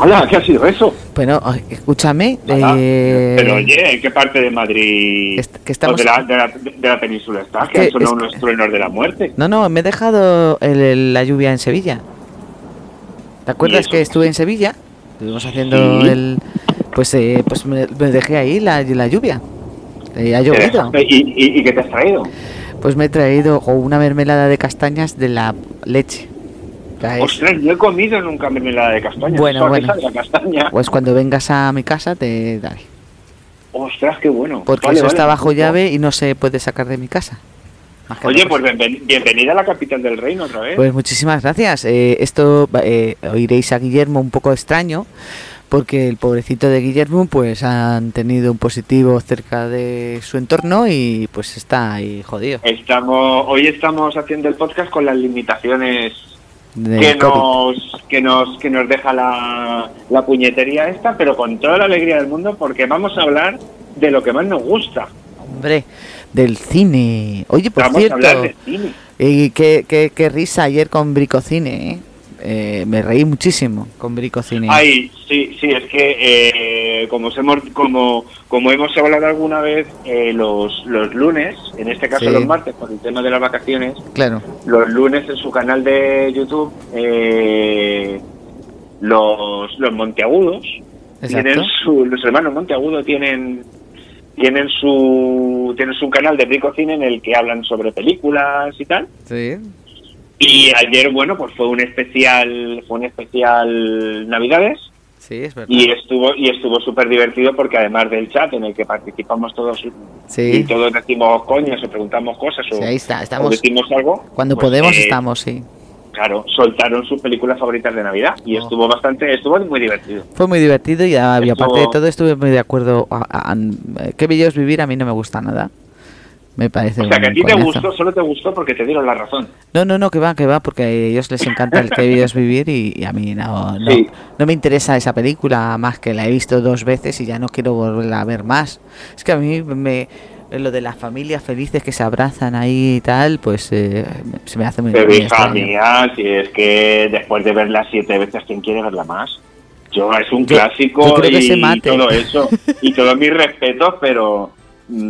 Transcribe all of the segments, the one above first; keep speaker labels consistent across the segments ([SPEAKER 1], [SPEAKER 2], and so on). [SPEAKER 1] Hola, ¿qué ha sido eso?
[SPEAKER 2] Bueno, ay, escúchame.
[SPEAKER 1] Hola.
[SPEAKER 2] eh,
[SPEAKER 1] Pero oye, ¿en qué parte de Madrid
[SPEAKER 2] Est- que estamos-
[SPEAKER 1] o de, la, de, la, de la península estás? Que
[SPEAKER 2] Que
[SPEAKER 1] han sonado
[SPEAKER 2] es-
[SPEAKER 1] unos truenos de la muerte.
[SPEAKER 2] No, no, me he dejado el- el- la lluvia en Sevilla. ¿Te
[SPEAKER 1] ¿Y
[SPEAKER 2] acuerdas
[SPEAKER 1] eso?
[SPEAKER 2] que estuve en Sevilla? Estuvimos haciendo
[SPEAKER 1] Sí.
[SPEAKER 2] el. Pues, eh, pues me, me dejé ahí la, la lluvia. Eh, ha
[SPEAKER 1] ¿Te
[SPEAKER 2] llovido.
[SPEAKER 1] dejaste? ¿Y, y, y qué te has traído?
[SPEAKER 2] Pues me he traído o una mermelada de castañas de la leche. O sea, es-
[SPEAKER 1] Ostras, no he comido nunca mermelada de castaña.
[SPEAKER 2] Bueno,
[SPEAKER 1] Esa-
[SPEAKER 2] bueno.
[SPEAKER 1] esa de la castaña.
[SPEAKER 2] Pues cuando vengas a mi casa te daré.
[SPEAKER 1] Ostras, qué bueno.
[SPEAKER 2] Porque
[SPEAKER 1] Vale,
[SPEAKER 2] eso
[SPEAKER 1] vale,
[SPEAKER 2] está bajo
[SPEAKER 1] perfecto.
[SPEAKER 2] llave y no se puede sacar de mi casa. Más que
[SPEAKER 1] Oye,
[SPEAKER 2] otra
[SPEAKER 1] pues
[SPEAKER 2] cosa.
[SPEAKER 1] bienven- bienvenida a la capital del reino otra vez.
[SPEAKER 2] Pues muchísimas gracias. Eh, esto va- eh, oiréis a Guillermo un poco extraño, porque el pobrecito de Guillermo, pues han tenido un positivo cerca de su entorno y pues está ahí jodido.
[SPEAKER 1] Estamos, hoy estamos haciendo el podcast con las limitaciones
[SPEAKER 2] del
[SPEAKER 1] que
[SPEAKER 2] COVID.
[SPEAKER 1] nos, que nos que nos deja la, la puñetería esta, pero con toda la alegría del mundo, porque vamos a hablar de lo que más nos gusta.
[SPEAKER 2] Hombre, del cine. Oye, por
[SPEAKER 1] vamos a
[SPEAKER 2] cierto,
[SPEAKER 1] hablar de cine.
[SPEAKER 2] y qué, qué- qué risa ayer con Bricocine, ¿eh? Eh, me reí muchísimo con Bricocine.
[SPEAKER 1] Ay, sí, sí, es que eh, como os hemos como como hemos hablado alguna vez eh, los los lunes, en este caso
[SPEAKER 2] Sí.
[SPEAKER 1] los martes por el tema de las vacaciones,
[SPEAKER 2] Claro.
[SPEAKER 1] los lunes en su canal de YouTube eh, los los Monteagudos
[SPEAKER 2] Exacto.
[SPEAKER 1] tienen su, los hermanos Monteagudo tienen tienen su tienen su canal de Brico Cine en el que hablan sobre películas y tal
[SPEAKER 2] Sí.
[SPEAKER 1] y ayer bueno pues fue un especial fue un especial Navidades
[SPEAKER 2] Sí, es verdad.
[SPEAKER 1] y estuvo y estuvo súper divertido porque además del chat en el que participamos todos y
[SPEAKER 2] Sí.
[SPEAKER 1] todos decimos coñas o preguntamos cosas o,
[SPEAKER 2] Sí, ahí está.
[SPEAKER 1] o
[SPEAKER 2] Estamos
[SPEAKER 1] decimos algo
[SPEAKER 2] cuando
[SPEAKER 1] pues,
[SPEAKER 2] podemos
[SPEAKER 1] eh,
[SPEAKER 2] estamos, sí.
[SPEAKER 1] claro soltaron sus películas favoritas de Navidad y
[SPEAKER 2] Oh.
[SPEAKER 1] estuvo bastante estuvo muy divertido
[SPEAKER 2] Fue muy divertido y, ah, y aparte de
[SPEAKER 1] Estuvo-
[SPEAKER 2] todo estuve muy de acuerdo. A, a- a- ¿Qué bello es vivir? A mí no me gusta nada. Me parece.
[SPEAKER 1] o sea que a
[SPEAKER 2] un
[SPEAKER 1] ti te
[SPEAKER 2] coñazo.
[SPEAKER 1] gustó solo te gustó porque te dieron la razón
[SPEAKER 2] No, no, no, que va, que va, porque a ellos les encanta el que bello es vivir y, y a mí no, no,
[SPEAKER 1] Sí.
[SPEAKER 2] no me interesa esa película más que la he visto dos veces y ya no quiero volverla a ver más. Es que a mí me lo de las familias felices que se abrazan ahí y tal, pues eh, se me hace muy,
[SPEAKER 1] Pero
[SPEAKER 2] muy
[SPEAKER 1] hija
[SPEAKER 2] extraño.
[SPEAKER 1] mía, si es que después de verla siete veces, ¿quién quiere verla más? Yo, es un
[SPEAKER 2] Yo-
[SPEAKER 1] clásico
[SPEAKER 2] yo creo que
[SPEAKER 1] y,
[SPEAKER 2] se mate.
[SPEAKER 1] todo eso. Y todos mis respetos, pero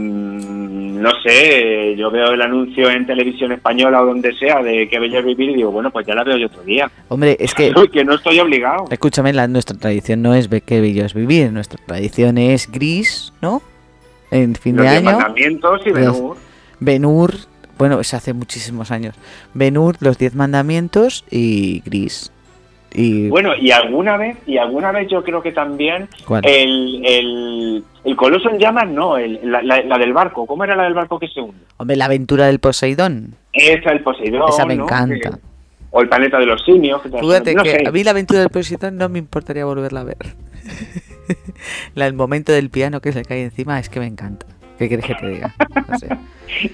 [SPEAKER 1] mm, no sé, yo veo el anuncio en televisión española o donde sea de que bello es vivir y digo, bueno, pues ya la veo yo otro día.
[SPEAKER 2] Hombre, es que
[SPEAKER 1] que no estoy obligado.
[SPEAKER 2] Escúchame, la, nuestra tradición no es ver qué bello es vivir, nuestra tradición es gris, ¿no? En fin
[SPEAKER 1] Los
[SPEAKER 2] de año,
[SPEAKER 1] mandamientos y
[SPEAKER 2] Los-
[SPEAKER 1] Benur.
[SPEAKER 2] Benur, bueno, es hace muchísimos años, Benur, los diez mandamientos y gris. Y
[SPEAKER 1] Bueno, y alguna vez, y alguna vez yo creo que también
[SPEAKER 2] ¿cuál?
[SPEAKER 1] el, el, el Coloso en llamas, no, el- la- la- la del barco. ¿Cómo era la del barco que se hunde?
[SPEAKER 2] Hombre, la aventura del Poseidón,
[SPEAKER 1] Esa, el Poseidón.
[SPEAKER 2] esa me
[SPEAKER 1] ¿no?
[SPEAKER 2] encanta.
[SPEAKER 1] Que- O el planeta de los simios. que te-
[SPEAKER 2] Fíjate
[SPEAKER 1] no
[SPEAKER 2] que
[SPEAKER 1] sé.
[SPEAKER 2] a mí la aventura del Poseidón no me importaría volverla a ver. la, el momento del piano que se le cae encima es que me encanta. ¿Qué quieres que te diga? No sé.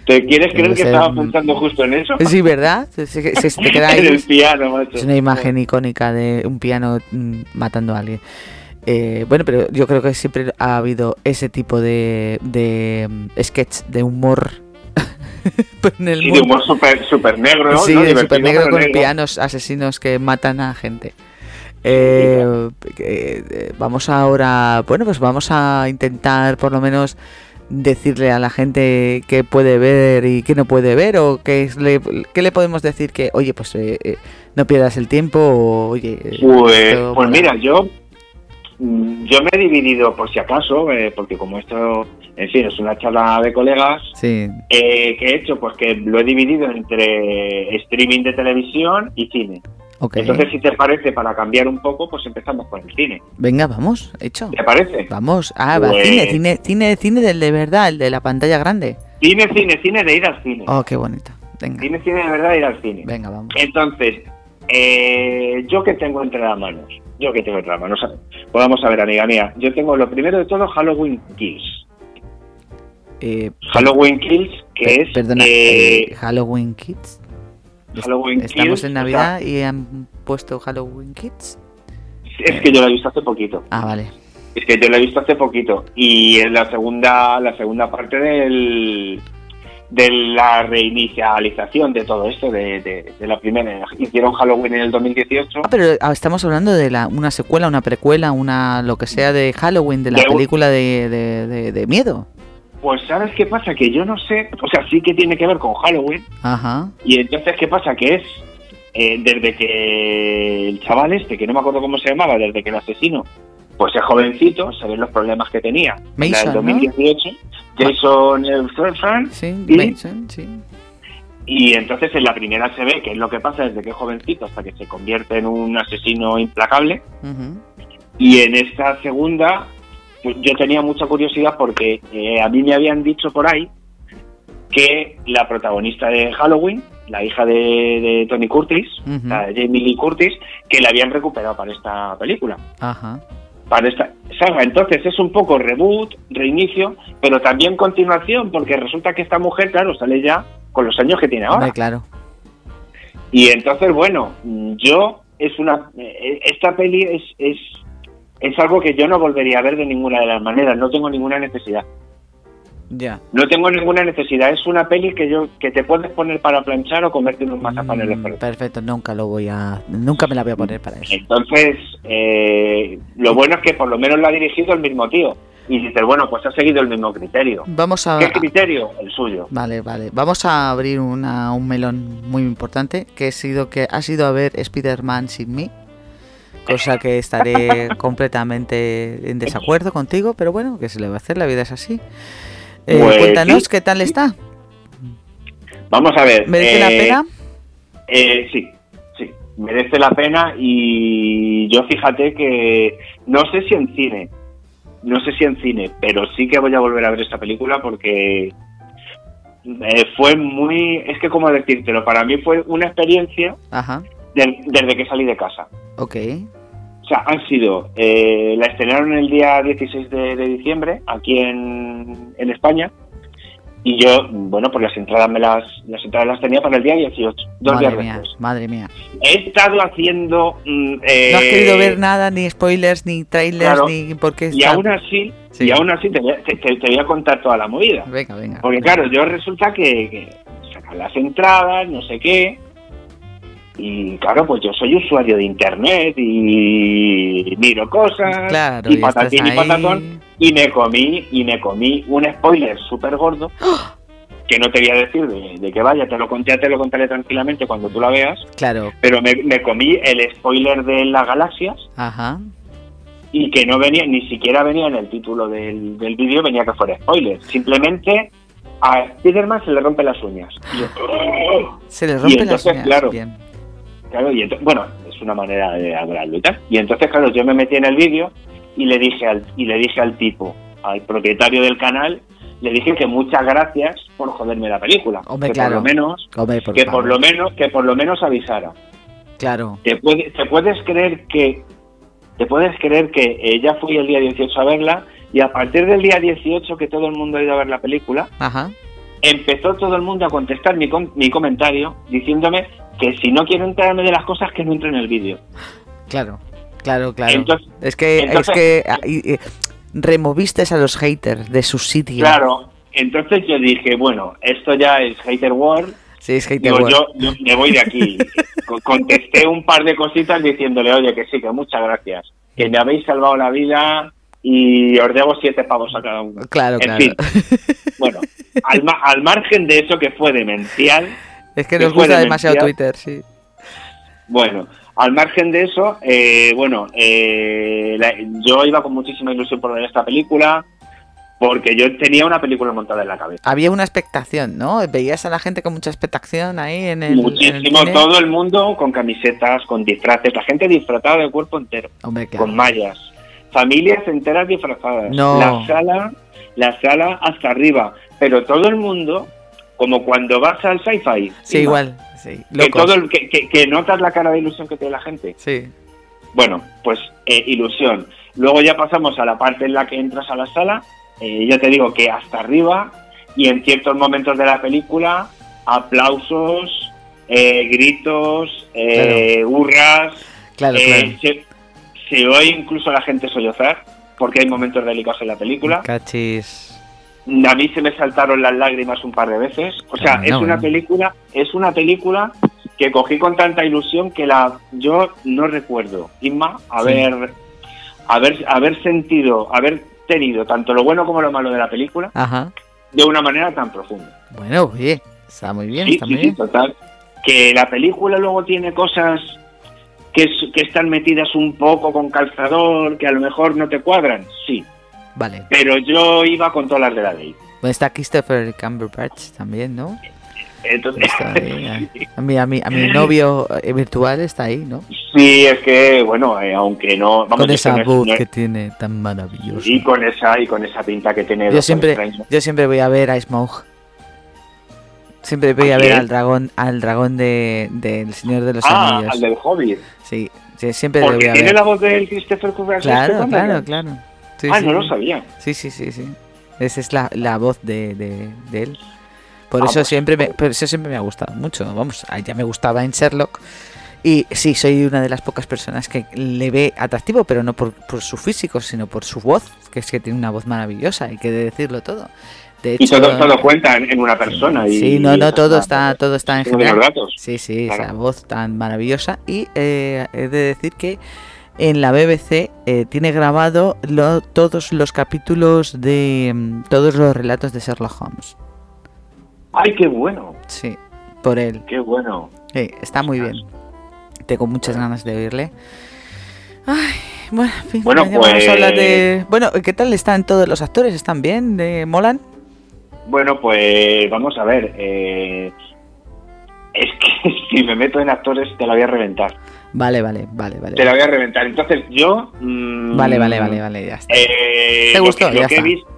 [SPEAKER 1] ¿Te quieres
[SPEAKER 2] Debe
[SPEAKER 1] creer que
[SPEAKER 2] ser
[SPEAKER 1] estaba
[SPEAKER 2] un-
[SPEAKER 1] pensando justo en eso?
[SPEAKER 2] Sí, ¿verdad? Se, se- se- se te queda ahí.
[SPEAKER 1] en el piano, macho.
[SPEAKER 2] Es una imagen icónica de un piano mm, matando a alguien. Eh, bueno, pero yo creo que siempre ha habido ese tipo de, de mm, sketch de humor en el
[SPEAKER 1] Sí, de
[SPEAKER 2] mundo.
[SPEAKER 1] humor súper super negro.
[SPEAKER 2] Sí,
[SPEAKER 1] ¿no?
[SPEAKER 2] de
[SPEAKER 1] Divertido,
[SPEAKER 2] supernegro
[SPEAKER 1] pero
[SPEAKER 2] con
[SPEAKER 1] negro.
[SPEAKER 2] pianos asesinos que matan a gente. Eh, eh, eh, vamos ahora, bueno, pues vamos a intentar por lo menos decirle a la gente qué puede ver y qué no puede ver o qué, es le, qué le podemos decir que, oye, pues eh, eh, no pierdas el tiempo o, oye... eh,
[SPEAKER 1] Pues,
[SPEAKER 2] esto
[SPEAKER 1] pues
[SPEAKER 2] mola.
[SPEAKER 1] mira, yo mm, yo me he dividido por si acaso, eh, porque como esto, en fin, es una charla de colegas,
[SPEAKER 2] Sí,
[SPEAKER 1] eh, que he hecho, pues que lo he dividido entre streaming de televisión y cine.
[SPEAKER 2] ok.
[SPEAKER 1] Entonces, si te parece, para cambiar un poco, pues empezamos con el cine.
[SPEAKER 2] Venga, vamos, hecho.
[SPEAKER 1] ¿Te parece?
[SPEAKER 2] Vamos, ah, va,
[SPEAKER 1] Pues-
[SPEAKER 2] cine, cine, cine, cine del de verdad, el de la pantalla grande.
[SPEAKER 1] Cine, cine, cine de ir al cine.
[SPEAKER 2] Oh, qué bonito. Venga,
[SPEAKER 1] Cine, cine de verdad de ir al cine.
[SPEAKER 2] venga, vamos.
[SPEAKER 1] Entonces, eh, yo que tengo entre las manos, yo que tengo entre las manos, pues vamos a ver, amiga mía, yo tengo lo primero de todo Halloween Kills.
[SPEAKER 2] Eh,
[SPEAKER 1] Halloween Kills, que
[SPEAKER 2] Pe-
[SPEAKER 1] es
[SPEAKER 2] Perdona,
[SPEAKER 1] eh,
[SPEAKER 2] eh, Halloween Kids.
[SPEAKER 1] Halloween
[SPEAKER 2] Estamos
[SPEAKER 1] Kills,
[SPEAKER 2] en
[SPEAKER 1] o sea,
[SPEAKER 2] Navidad y han puesto Halloween Kids.
[SPEAKER 1] es
[SPEAKER 2] eh.
[SPEAKER 1] que yo la he visto hace poquito.
[SPEAKER 2] Ah, vale.
[SPEAKER 1] Es que yo la he visto hace poquito y es la segunda la segunda parte del de la reinicialización de todo esto, de, de, de la primera. Hicieron Halloween en el 2018.
[SPEAKER 2] Ah, pero estamos hablando de la, una secuela, una precuela, una lo que sea de Halloween, de la
[SPEAKER 1] De un-
[SPEAKER 2] película de, de- de- de miedo.
[SPEAKER 1] Pues sabes qué pasa, que yo no sé, o sea, sí que tiene que ver con Halloween,
[SPEAKER 2] Ajá.
[SPEAKER 1] y entonces qué pasa, que es eh, desde que el chaval este, que no me acuerdo cómo se llamaba, desde que el asesino, pues es jovencito, se ven los problemas que tenía. en el
[SPEAKER 2] Mason, ¿no?
[SPEAKER 1] 2018, Jason eh, Statham,
[SPEAKER 2] Sí,
[SPEAKER 1] Y-
[SPEAKER 2] Benson, sí.
[SPEAKER 1] Y entonces en la primera se ve que es lo que pasa desde que es jovencito hasta que se convierte en un asesino implacable.
[SPEAKER 2] Ujú.
[SPEAKER 1] Y en esta segunda pues, yo tenía mucha curiosidad porque eh, a mí me habían dicho por ahí que la protagonista de Halloween, la hija de, de Tony Curtis,
[SPEAKER 2] Ujú.
[SPEAKER 1] la de Jamie Lee Curtis, que la habían recuperado para esta película.
[SPEAKER 2] Ajá.
[SPEAKER 1] Para esta saga. Entonces es un poco reboot, reinicio, pero también continuación, porque resulta que esta mujer, claro, sale ya con los años que tiene ahora.
[SPEAKER 2] Hombre, claro.
[SPEAKER 1] Y entonces, bueno, yo es una eh, esta peli es, es es algo que yo no volvería a ver de ninguna de las maneras, no tengo ninguna necesidad.
[SPEAKER 2] Ya.
[SPEAKER 1] No tengo ninguna necesidad, es una peli que yo que te puedes poner para planchar o comerte unos mazapanes
[SPEAKER 2] Mm,
[SPEAKER 1] los perros.
[SPEAKER 2] perfecto, nunca lo voy a. Nunca me la voy a poner para eso.
[SPEAKER 1] Entonces, eh, lo bueno es que por lo menos lo ha dirigido el mismo tío. Y dices, bueno, pues ha seguido el mismo criterio.
[SPEAKER 2] Vamos a.
[SPEAKER 1] ¿Qué criterio? El suyo.
[SPEAKER 2] Vale, vale. Vamos a abrir una, un melón muy importante que he sido que ha sido a ver Spider-Man sin mí. Cosa que estaré completamente en desacuerdo contigo, pero bueno, que se le va a hacer, la vida es así. Eh,
[SPEAKER 1] Pues
[SPEAKER 2] cuéntanos
[SPEAKER 1] sí.
[SPEAKER 2] qué tal está.
[SPEAKER 1] Vamos a ver.
[SPEAKER 2] ¿Merece la
[SPEAKER 1] eh,
[SPEAKER 2] pena?
[SPEAKER 1] Eh, sí, sí, merece la pena y yo fíjate que no sé si en cine, no sé si en cine, pero sí que voy a volver a ver esta película porque eh, fue muy, es que como decírtelo, para mí fue una experiencia
[SPEAKER 2] Ajá.
[SPEAKER 1] del- desde que salí de casa.
[SPEAKER 2] Ok.
[SPEAKER 1] O sea, han sido, eh, la estrenaron el día 16 de, de diciembre aquí en, en España y yo, bueno, pues las entradas me las, las entradas las tenía para el día 18, dos
[SPEAKER 2] Madre
[SPEAKER 1] días
[SPEAKER 2] mía,
[SPEAKER 1] después
[SPEAKER 2] madre mía.
[SPEAKER 1] he estado haciendo. mm,
[SPEAKER 2] No has
[SPEAKER 1] eh,
[SPEAKER 2] querido ver nada, ni spoilers, ni trailers,
[SPEAKER 1] claro.
[SPEAKER 2] ni porque
[SPEAKER 1] Y aún así,
[SPEAKER 2] Sí.
[SPEAKER 1] y aún así te, voy a- te- te- te voy a contar toda la movida.
[SPEAKER 2] Venga, venga.
[SPEAKER 1] Porque claro, yo resulta que, que sacan las entradas, no sé qué. Y claro, pues yo soy usuario de internet y miro cosas
[SPEAKER 2] Claro,
[SPEAKER 1] y
[SPEAKER 2] y estás
[SPEAKER 1] patatín y
[SPEAKER 2] ahí.
[SPEAKER 1] patatón. Y me comí, y me comí un spoiler súper gordo
[SPEAKER 2] ¡Ah!
[SPEAKER 1] que no te voy a decir de, de que vaya, te lo conté, te lo contaré tranquilamente cuando tú la veas,
[SPEAKER 2] Claro,
[SPEAKER 1] pero me, me comí el spoiler de las galaxias
[SPEAKER 2] ajá.
[SPEAKER 1] y que no venía, ni siquiera venía en el título del, del vídeo, venía que fuera spoiler. Simplemente a Spider-Man se le rompen las uñas. Y yo-
[SPEAKER 2] Se le rompen las
[SPEAKER 1] entonces,
[SPEAKER 2] uñas.
[SPEAKER 1] claro.
[SPEAKER 2] Bien.
[SPEAKER 1] claro, y ento- bueno, es una manera de hablarlo y tal. Y entonces, claro, yo me metí en el vídeo y le dije al, y le dije al tipo, al propietario del canal, le dije que muchas gracias por joderme la película.
[SPEAKER 2] Hombre,
[SPEAKER 1] que
[SPEAKER 2] claro.
[SPEAKER 1] por lo menos,
[SPEAKER 2] Hombre, por
[SPEAKER 1] que
[SPEAKER 2] favor.
[SPEAKER 1] por lo menos, que por lo menos avisara.
[SPEAKER 2] Claro.
[SPEAKER 1] ¿Te, puede- te puedes creer que te puedes creer que eh, ya fui el día 18 a verla y a partir del día 18 que todo el mundo ha ido a ver la película,
[SPEAKER 2] Ajá.
[SPEAKER 1] empezó todo el mundo a contestar mi, com- mi comentario diciéndome que si no quiero enterarme de las cosas que no entro en el vídeo.
[SPEAKER 2] Claro. Claro, claro.
[SPEAKER 1] Entonces-
[SPEAKER 2] es que,
[SPEAKER 1] entonces-
[SPEAKER 2] es que ah, y- y- removiste a los haters de su sitio.
[SPEAKER 1] Claro, entonces yo dije, bueno, esto ya es hater world,
[SPEAKER 2] Sí, es hater
[SPEAKER 1] digo,
[SPEAKER 2] world.
[SPEAKER 1] yo, yo me voy de aquí. Co- Contesté un par de cositas diciéndole, oye, que sí, que muchas gracias, que me habéis salvado la vida y os debo siete pavos a cada uno.
[SPEAKER 2] Claro,
[SPEAKER 1] En
[SPEAKER 2] claro.
[SPEAKER 1] fin, bueno, al, ma- al margen de eso que fue demencial,
[SPEAKER 2] es que
[SPEAKER 1] que
[SPEAKER 2] nos
[SPEAKER 1] fue
[SPEAKER 2] gusta demasiado
[SPEAKER 1] demencial.
[SPEAKER 2] Twitter, sí.
[SPEAKER 1] bueno, al margen de eso, eh, bueno, eh, la- yo iba con muchísima ilusión por ver esta película, porque yo tenía una película montada en la cabeza.
[SPEAKER 2] Había una expectación, ¿no? Veías a la gente con mucha expectación ahí en el. en el
[SPEAKER 1] Muchísimo,
[SPEAKER 2] cine.
[SPEAKER 1] todo el mundo con camisetas, con disfraces, la gente disfrazada de cuerpo entero,
[SPEAKER 2] Hombre, claro.
[SPEAKER 1] con mallas, familias enteras disfrazadas,
[SPEAKER 2] No.
[SPEAKER 1] la sala, la sala hasta arriba, pero todo el mundo, como cuando vas al sci-fi,
[SPEAKER 2] Sí,
[SPEAKER 1] Ima,
[SPEAKER 2] igual. Sí.
[SPEAKER 1] que,
[SPEAKER 2] locos.
[SPEAKER 1] todo el- que- que- que notas la cara de ilusión que tiene la gente.
[SPEAKER 2] Sí.
[SPEAKER 1] Bueno, pues eh, ilusión. Luego ya pasamos a la parte en la que entras a la sala, eh, ya te digo que hasta arriba, y en ciertos momentos de la película, aplausos, eh, gritos, eh, hurras,
[SPEAKER 2] Claro,
[SPEAKER 1] eh, se, se oye incluso a la gente sollozar, porque hay momentos delicados en la película.
[SPEAKER 2] claro. Cachis.
[SPEAKER 1] A mí se me saltaron las lágrimas un par de veces. O sea,
[SPEAKER 2] Ah,
[SPEAKER 1] es
[SPEAKER 2] no,
[SPEAKER 1] una
[SPEAKER 2] bueno.
[SPEAKER 1] película, es una película que cogí con tanta ilusión que la yo no recuerdo. Inma, haber, haber, haber sentido, haber tenido tanto lo bueno como lo malo de la película
[SPEAKER 2] Ajá.
[SPEAKER 1] de una manera tan profunda.
[SPEAKER 2] Bueno, oye, está muy bien,
[SPEAKER 1] Sí,
[SPEAKER 2] está
[SPEAKER 1] sí,
[SPEAKER 2] muy
[SPEAKER 1] sí,
[SPEAKER 2] bien.
[SPEAKER 1] total. Que la película luego tiene cosas que, es- que están metidas un poco con calzador, que a lo mejor no te cuadran, sí.
[SPEAKER 2] Vale.
[SPEAKER 1] Pero yo iba con todas las de la ley.
[SPEAKER 2] Está Christopher Cumberbatch también, ¿no?
[SPEAKER 1] Entonces,
[SPEAKER 2] Está ahí, a- a, mi, a, mi, a mi novio eh, virtual está ahí, ¿no?
[SPEAKER 1] Sí, es que, bueno, eh, aunque no... Vamos,
[SPEAKER 2] Con
[SPEAKER 1] es que
[SPEAKER 2] esa
[SPEAKER 1] no es-
[SPEAKER 2] voz
[SPEAKER 1] no es-
[SPEAKER 2] que tiene tan maravillosa.
[SPEAKER 1] Y con esa, y con esa pinta que tiene...
[SPEAKER 2] Yo
[SPEAKER 1] Doctor
[SPEAKER 2] siempre,
[SPEAKER 1] Strange.
[SPEAKER 2] yo siempre voy a ver a Smaug. Siempre voy
[SPEAKER 1] ¿A
[SPEAKER 2] a ver
[SPEAKER 1] quién?
[SPEAKER 2] al dragón, al dragón de, del Señor de los
[SPEAKER 1] Ah,
[SPEAKER 2] Anillos.
[SPEAKER 1] al del Hobbit.
[SPEAKER 2] Sí, sí, siempre le voy
[SPEAKER 1] Porque
[SPEAKER 2] a
[SPEAKER 1] tiene
[SPEAKER 2] ver.
[SPEAKER 1] la voz del Christopher Cumberbatch.
[SPEAKER 2] Claro,
[SPEAKER 1] este
[SPEAKER 2] claro,
[SPEAKER 1] también.
[SPEAKER 2] claro. Sí,
[SPEAKER 1] ah,
[SPEAKER 2] sí,
[SPEAKER 1] no lo
[SPEAKER 2] sí.
[SPEAKER 1] sabía.
[SPEAKER 2] Sí, sí, sí, sí. Esa es la, la voz de, de- de él. Por
[SPEAKER 1] Ah,
[SPEAKER 2] eso
[SPEAKER 1] pues,
[SPEAKER 2] siempre me, por eso siempre me ha gustado mucho. Vamos, ah, ya me gustaba en Sherlock. Y sí, soy una de las pocas personas que le ve atractivo, pero no por, por su físico, sino por su voz, que es que tiene una voz maravillosa, hay que decirlo todo. De
[SPEAKER 1] Y
[SPEAKER 2] hecho,
[SPEAKER 1] todo, todo cuenta en, en una persona. y- pues,
[SPEAKER 2] Sí, no,
[SPEAKER 1] y
[SPEAKER 2] no,
[SPEAKER 1] esas
[SPEAKER 2] todo
[SPEAKER 1] cosas.
[SPEAKER 2] está, todo está en
[SPEAKER 1] Uno de los
[SPEAKER 2] general.
[SPEAKER 1] datos.
[SPEAKER 2] Sí, sí,
[SPEAKER 1] Claro.
[SPEAKER 2] esa voz tan maravillosa. Y eh, he de decir que en la BBC eh, tiene grabado lo- todos los capítulos de mm, todos los relatos de Sherlock Holmes.
[SPEAKER 1] Ay, qué bueno,
[SPEAKER 2] Sí, por él.
[SPEAKER 1] qué bueno.
[SPEAKER 2] Sí, está muy bien. Tengo muchas ganas de oírle. Ay, bueno, en fin,
[SPEAKER 1] Bueno,
[SPEAKER 2] ya vamos a hablar
[SPEAKER 1] pues-
[SPEAKER 2] de... Bueno, ¿qué tal están todos los actores? ¿Están bien? ¿De molan?
[SPEAKER 1] Bueno, pues vamos a ver. eh, es que si me meto en actores te la voy a reventar.
[SPEAKER 2] Vale, vale, vale, vale.
[SPEAKER 1] Te la voy a reventar. Entonces yo... mm,
[SPEAKER 2] Vale, vale, vale, vale, ya está.
[SPEAKER 1] eh,
[SPEAKER 2] Te
[SPEAKER 1] lo
[SPEAKER 2] gustó,
[SPEAKER 1] que- lo
[SPEAKER 2] ya
[SPEAKER 1] que he
[SPEAKER 2] está.
[SPEAKER 1] visto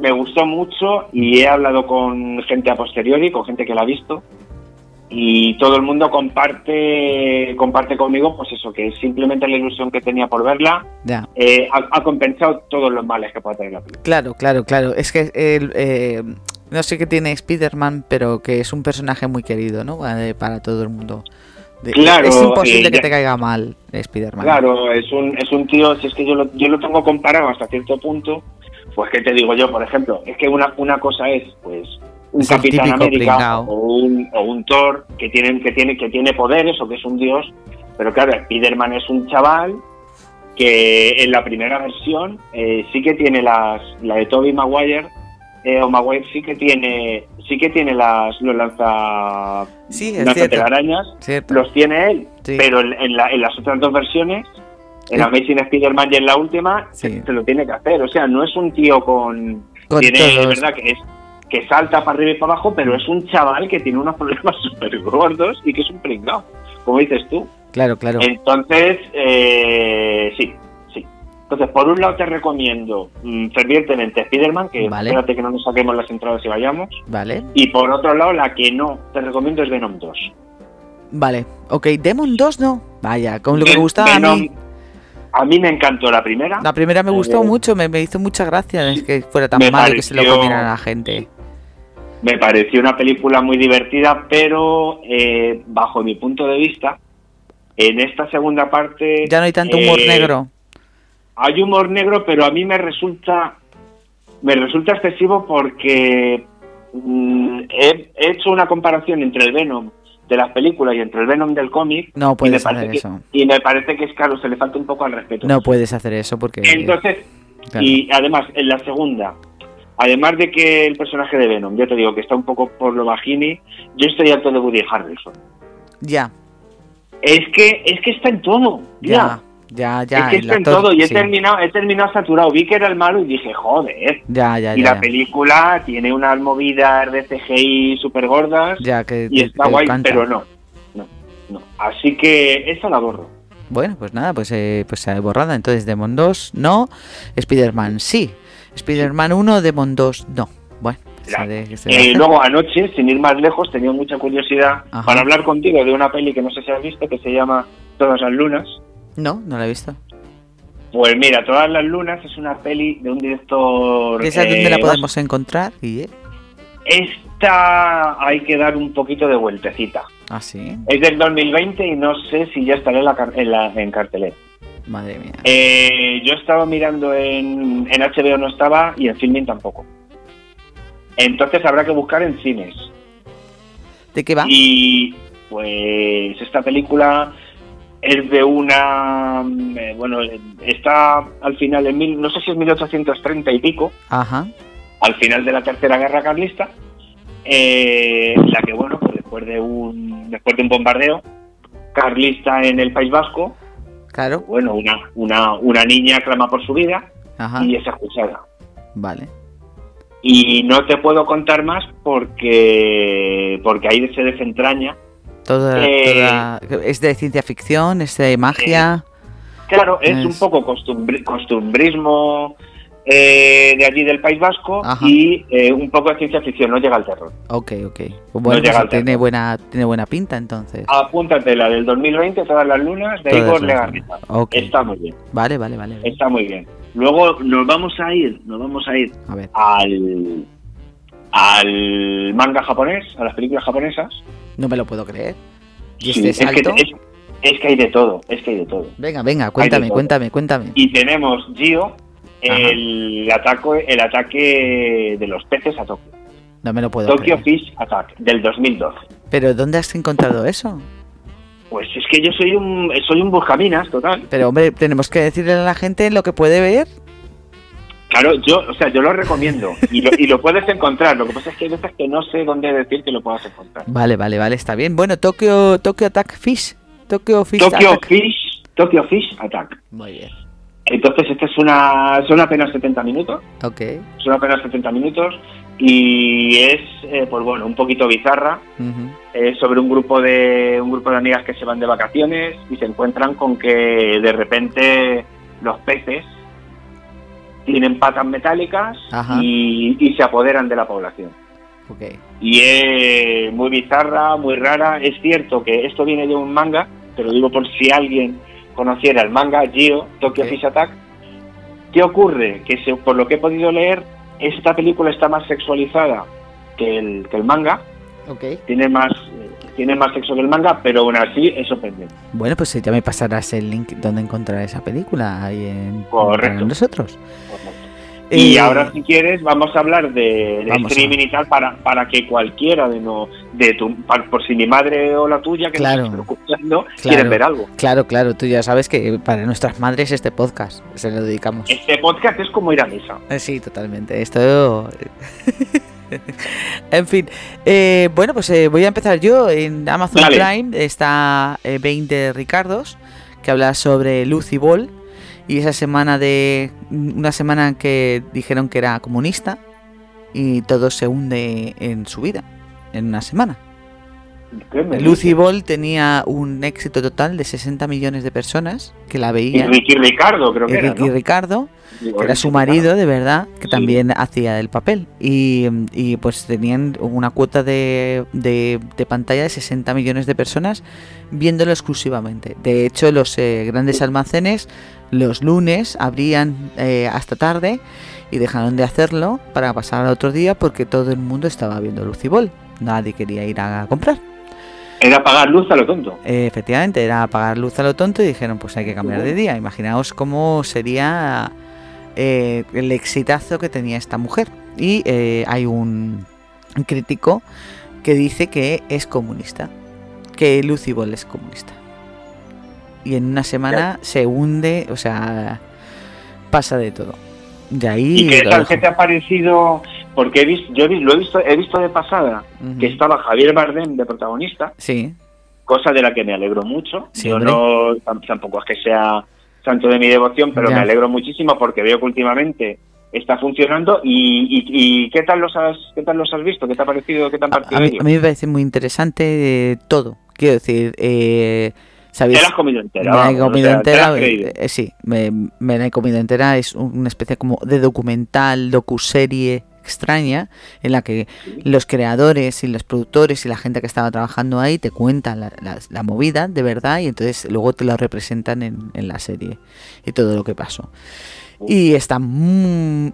[SPEAKER 1] me gustó mucho y he hablado con gente a posteriori, con gente que la ha visto. Y todo el mundo comparte, comparte conmigo, pues eso, que simplemente la ilusión que tenía por verla
[SPEAKER 2] Ya.
[SPEAKER 1] eh, ha, ha compensado todos los males que pueda tener la película.
[SPEAKER 2] Claro, claro, claro. Es que el, eh, no sé qué tiene Spider-Man, pero que es un personaje muy querido, ¿no? Eh, Para todo el mundo. De-
[SPEAKER 1] Claro,
[SPEAKER 2] Es imposible
[SPEAKER 1] eh,
[SPEAKER 2] que
[SPEAKER 1] ya-
[SPEAKER 2] te caiga mal Spider-Man.
[SPEAKER 1] Claro, es un, es un tío, si es que yo lo, yo lo tengo comparado hasta cierto punto, pues qué te digo yo, por ejemplo, es que una, una cosa es, pues, un
[SPEAKER 2] Es el
[SPEAKER 1] Capitán
[SPEAKER 2] típico
[SPEAKER 1] América
[SPEAKER 2] pringao.
[SPEAKER 1] o un, o un Thor que tienen, que tiene, que tiene poderes o que es un dios, pero claro, Spiderman es un chaval que en la primera versión eh, sí que tiene las, la de Toby Maguire, eh, o Maguire sí que tiene, sí que tiene las, los lanza,
[SPEAKER 2] Sí, es cierto.
[SPEAKER 1] lanzatelarañas,
[SPEAKER 2] Cierto.
[SPEAKER 1] los tiene él,
[SPEAKER 2] Sí.
[SPEAKER 1] pero en, en la- en las otras dos versiones, en
[SPEAKER 2] Sí.
[SPEAKER 1] Amazing Spider-Man y en la última,
[SPEAKER 2] Sí.
[SPEAKER 1] se, se lo tiene que hacer. O sea, no es un tío con.
[SPEAKER 2] Con
[SPEAKER 1] tiene,
[SPEAKER 2] todos.
[SPEAKER 1] verdad que es que salta para arriba y para abajo, pero es un chaval que tiene unos problemas súper gordos y que es un pringao, como dices tú.
[SPEAKER 2] Claro, claro.
[SPEAKER 1] Entonces, eh, sí, sí. Entonces, por un lado te recomiendo mm, fervientemente Spider-Man, que
[SPEAKER 2] Vale.
[SPEAKER 1] espérate que no nos saquemos las entradas y vayamos.
[SPEAKER 2] Vale.
[SPEAKER 1] Y por otro lado, la que no te recomiendo es Venom 2.
[SPEAKER 2] Vale. Ok, Demon 2 no. Vaya, con lo que
[SPEAKER 1] Ven-
[SPEAKER 2] me gustaba a
[SPEAKER 1] Venom-
[SPEAKER 2] mí.
[SPEAKER 1] a mí me encantó la primera.
[SPEAKER 2] La primera me gustó
[SPEAKER 1] Eh,
[SPEAKER 2] mucho, me, me hizo mucha gracia es que fuera tan
[SPEAKER 1] me
[SPEAKER 2] malo que se lo
[SPEAKER 1] pareció-
[SPEAKER 2] comiera a la gente.
[SPEAKER 1] Me pareció una película muy divertida, pero eh, bajo mi punto de vista, en esta segunda parte...
[SPEAKER 2] Ya no hay tanto humor
[SPEAKER 1] eh,
[SPEAKER 2] negro.
[SPEAKER 1] Hay humor negro, pero a mí me resulta, me resulta excesivo porque mm, he, he hecho una comparación entre el Venom de las películas y entre el Venom del cómic.
[SPEAKER 2] No
[SPEAKER 1] y me
[SPEAKER 2] puedes
[SPEAKER 1] parece
[SPEAKER 2] hacer
[SPEAKER 1] que-
[SPEAKER 2] eso.
[SPEAKER 1] Y me parece que es claro, se le falta un poco al respeto.
[SPEAKER 2] No puedes hacer eso porque.
[SPEAKER 1] Entonces,
[SPEAKER 2] claro.
[SPEAKER 1] Y además, en la segunda, además de que el personaje de Venom, ya te digo que está un poco por lo bajini, yo estoy harto de Woody Harrelson.
[SPEAKER 2] Ya,
[SPEAKER 1] Es que, es que está en todo,
[SPEAKER 2] ya,
[SPEAKER 1] ya.
[SPEAKER 2] ya, ya.
[SPEAKER 1] es que
[SPEAKER 2] el
[SPEAKER 1] está en
[SPEAKER 2] actor,
[SPEAKER 1] todo y he,
[SPEAKER 2] sí.
[SPEAKER 1] terminado, he terminado saturado. Vi que era el malo y dije, joder.
[SPEAKER 2] Ya, ya,
[SPEAKER 1] Y
[SPEAKER 2] ya.
[SPEAKER 1] la
[SPEAKER 2] ya.
[SPEAKER 1] película tiene unas movidas de CGI súper gordas
[SPEAKER 2] Ya, que
[SPEAKER 1] y
[SPEAKER 2] te-
[SPEAKER 1] está
[SPEAKER 2] te
[SPEAKER 1] guay,
[SPEAKER 2] encanta.
[SPEAKER 1] pero no. No, no. Así que esa la borro.
[SPEAKER 2] Bueno, pues nada, pues, eh, pues eh, borrada. Entonces, Demon 2, no. Spider-Man, sí. Spider-Man 1, Demon 2, no. Bueno, se
[SPEAKER 1] Ya.
[SPEAKER 2] de- se
[SPEAKER 1] Eh,
[SPEAKER 2] hace.
[SPEAKER 1] luego anoche, sin ir más lejos, tenía mucha curiosidad
[SPEAKER 2] Ajá.
[SPEAKER 1] para hablar contigo de una peli que no sé si has visto que se llama Todas las lunas.
[SPEAKER 2] No, no la he visto.
[SPEAKER 1] Pues mira, Todas las lunas es una peli de un director...
[SPEAKER 2] ¿Esa
[SPEAKER 1] eh,
[SPEAKER 2] dónde la podemos encontrar? ¿Y
[SPEAKER 1] Esta hay que dar un poquito de vueltecita.
[SPEAKER 2] Ah, sí.
[SPEAKER 1] Es del 2020 y no sé si ya estará en, la, car- en, la- en cartelera.
[SPEAKER 2] Madre mía.
[SPEAKER 1] Eh, yo estaba mirando en, en HBO no estaba y en Filmin tampoco. Entonces habrá que buscar en cines.
[SPEAKER 2] ¿De qué va?
[SPEAKER 1] Y pues esta película es de una... eh, Bueno, está al final en mil... No sé si es 1830 y pico,
[SPEAKER 2] Ajá.
[SPEAKER 1] al final de la Tercera Guerra Carlista, eh, en la que, bueno, pues después de un, después de un bombardeo carlista en el País Vasco,
[SPEAKER 2] Claro.
[SPEAKER 1] bueno, una, una, una niña clama por su vida
[SPEAKER 2] Ajá.
[SPEAKER 1] y es acusada.
[SPEAKER 2] Vale.
[SPEAKER 1] Y no te puedo contar más porque, porque ahí se desentraña.
[SPEAKER 2] Toda,
[SPEAKER 1] Eh,
[SPEAKER 2] toda- Es de ciencia ficción, es de magia.
[SPEAKER 1] Claro, es,
[SPEAKER 2] Es-
[SPEAKER 1] un poco costumbri- costumbrismo eh, de allí del País Vasco
[SPEAKER 2] Ajá.
[SPEAKER 1] y eh, un poco de ciencia ficción, no llega al terror.
[SPEAKER 2] Ok, ok. Bueno,
[SPEAKER 1] llega
[SPEAKER 2] pues
[SPEAKER 1] al
[SPEAKER 2] tiene,
[SPEAKER 1] terror.
[SPEAKER 2] buena, tiene buena pinta entonces.
[SPEAKER 1] Apúntate la del 2020, todas las lunas, de
[SPEAKER 2] Todas
[SPEAKER 1] Igor
[SPEAKER 2] las-
[SPEAKER 1] Legarreta.
[SPEAKER 2] Ok.
[SPEAKER 1] Está muy bien,
[SPEAKER 2] Vale, vale, vale. vale.
[SPEAKER 1] está muy bien. Luego nos vamos a ir, nos vamos a ir
[SPEAKER 2] A ver.
[SPEAKER 1] al al manga japonés, a las películas japonesas.
[SPEAKER 2] No me lo puedo creer. ¿Y
[SPEAKER 1] Sí,
[SPEAKER 2] este
[SPEAKER 1] es, que,
[SPEAKER 2] salto?
[SPEAKER 1] es- es que hay de todo, es que hay de todo.
[SPEAKER 2] Venga, venga, cuéntame,
[SPEAKER 1] todo.
[SPEAKER 2] cuéntame, cuéntame.
[SPEAKER 1] Y tenemos Gio, el ataque, el ataque de los peces a Tokio.
[SPEAKER 2] No me lo puedo
[SPEAKER 1] Tokyo
[SPEAKER 2] creer.
[SPEAKER 1] Fish Attack del 2012.
[SPEAKER 2] Pero ¿dónde has encontrado eso?
[SPEAKER 1] Pues es que yo soy un soy un buscaminas total.
[SPEAKER 2] Pero hombre, tenemos que decirle a la gente lo que puede ver.
[SPEAKER 1] Claro, yo, o sea, yo lo recomiendo y lo, y lo puedes encontrar. Lo que pasa es que hay veces que no sé dónde decir que lo puedas encontrar.
[SPEAKER 2] Vale, vale, vale, está bien. Bueno, Tokyo, Tokyo Attack Fish. Tokyo Fish
[SPEAKER 1] Tokyo
[SPEAKER 2] Attack.
[SPEAKER 1] Fish, Tokyo Fish Attack.
[SPEAKER 2] Muy bien.
[SPEAKER 1] Entonces esta es una son apenas 70 minutos,
[SPEAKER 2] Ok.
[SPEAKER 1] son apenas 70 minutos y es eh, pues bueno, un poquito bizarra.
[SPEAKER 2] ujú.
[SPEAKER 1] eh, sobre un grupo de un grupo de amigas que se van de vacaciones y se encuentran con que de repente los peces tienen patas metálicas
[SPEAKER 2] Ajá.
[SPEAKER 1] y, y se apoderan de la población.
[SPEAKER 2] Ok.
[SPEAKER 1] Y es muy bizarra, muy rara. Es cierto que esto viene de un manga, te lo digo por si alguien conociera el manga Gio, Tokyo
[SPEAKER 2] Ok.
[SPEAKER 1] Fish Attack. ¿Qué ocurre? Que se- por lo que he podido leer, esta película está más sexualizada que el, que el manga
[SPEAKER 2] Ok.
[SPEAKER 1] tiene más eh, tiene más sexo que el manga, pero aún así es sorprendente.
[SPEAKER 2] Bueno, pues ya me pasarás el link donde encontrar esa película ahí en
[SPEAKER 1] Correcto.
[SPEAKER 2] con nosotros.
[SPEAKER 1] Y
[SPEAKER 2] Eh,
[SPEAKER 1] ahora si quieres vamos a hablar de, de
[SPEAKER 2] vamos a-
[SPEAKER 1] streaming y tal para, para que cualquiera de no de tu pa- por si mi madre o la tuya que
[SPEAKER 2] Claro.
[SPEAKER 1] nos esté escuchando quieren ver algo.
[SPEAKER 2] Claro, claro, tú ya sabes que para nuestras madres este podcast se lo dedicamos.
[SPEAKER 1] Este podcast es como ir a misa.
[SPEAKER 2] Eh, Sí, totalmente. Esto. en fin. Eh, bueno, pues eh, voy a empezar yo. En Amazon
[SPEAKER 1] Dale.
[SPEAKER 2] Prime está eh, 20 Ricardos, que habla sobre Lucy Ball. Y esa semana de. Una semana en que dijeron que era comunista. Y todo se hunde en su vida. En una semana.
[SPEAKER 1] ¿Qué me
[SPEAKER 2] Lucy
[SPEAKER 1] dices?
[SPEAKER 2] Ball tenía un éxito total de 60 millones de personas que la
[SPEAKER 1] y
[SPEAKER 2] veían.
[SPEAKER 1] Ricky Ricardo creo
[SPEAKER 2] Y
[SPEAKER 1] que era,
[SPEAKER 2] Ricky
[SPEAKER 1] ¿no?
[SPEAKER 2] Ricardo
[SPEAKER 1] Digo,
[SPEAKER 2] que era
[SPEAKER 1] Ricky
[SPEAKER 2] su
[SPEAKER 1] Ricardo.
[SPEAKER 2] marido de verdad, que
[SPEAKER 1] Sí.
[SPEAKER 2] también hacía el papel. Y, y, pues tenían una cuota de, de- de pantalla de 60 millones de personas viéndolo exclusivamente. De hecho, los eh, grandes almacenes los lunes abrían eh, hasta tarde y dejaron de hacerlo para pasar al otro día porque todo el mundo estaba viendo Lucy Ball. Nadie quería ir a comprar.
[SPEAKER 1] Era pagar luz a lo tonto.
[SPEAKER 2] Eh, efectivamente, era apagar luz a lo tonto y dijeron, pues hay que cambiar de día. Imaginaos cómo sería eh, el exitazo que tenía esta mujer. Y eh, hay un crítico que dice que es comunista, que Lucy Ball es comunista. Y en una semana se hunde, o sea, pasa de todo. De ahí...
[SPEAKER 1] ¿Y qué
[SPEAKER 2] lo
[SPEAKER 1] tal
[SPEAKER 2] dejo.
[SPEAKER 1] que te ha parecido? Porque he visto, yo he visto- lo he visto, he visto de pasada
[SPEAKER 2] Ujú.
[SPEAKER 1] que estaba Javier Bardem de protagonista.
[SPEAKER 2] Sí,
[SPEAKER 1] cosa de la que me alegro mucho.
[SPEAKER 2] Sí,
[SPEAKER 1] Yo
[SPEAKER 2] hombre.
[SPEAKER 1] no, tam- tampoco es que sea santo de mi devoción, pero
[SPEAKER 2] Ya.
[SPEAKER 1] me alegro muchísimo porque veo que últimamente está funcionando. ¿Y, y, y qué tal los has, qué tal los has visto? ¿Qué te ha parecido? ¿Qué te han
[SPEAKER 2] a,
[SPEAKER 1] parecido?
[SPEAKER 2] a mí, a mí me parece muy interesante eh, todo. Quiero decir, eh,
[SPEAKER 1] Te
[SPEAKER 2] ¿sabéis?
[SPEAKER 1] la has comido entera.
[SPEAKER 2] me la he
[SPEAKER 1] vamos, o
[SPEAKER 2] comido
[SPEAKER 1] sea, te la has
[SPEAKER 2] entera.
[SPEAKER 1] creído.
[SPEAKER 2] eh, eh, sí, me, me la he comido entera. Es un- una especie como de documental, docuserie extraña en la que los creadores y los productores y la gente que estaba trabajando ahí te cuentan la, la- la movida de verdad y entonces luego te lo representan en, en la serie y todo lo que pasó. Y está muy...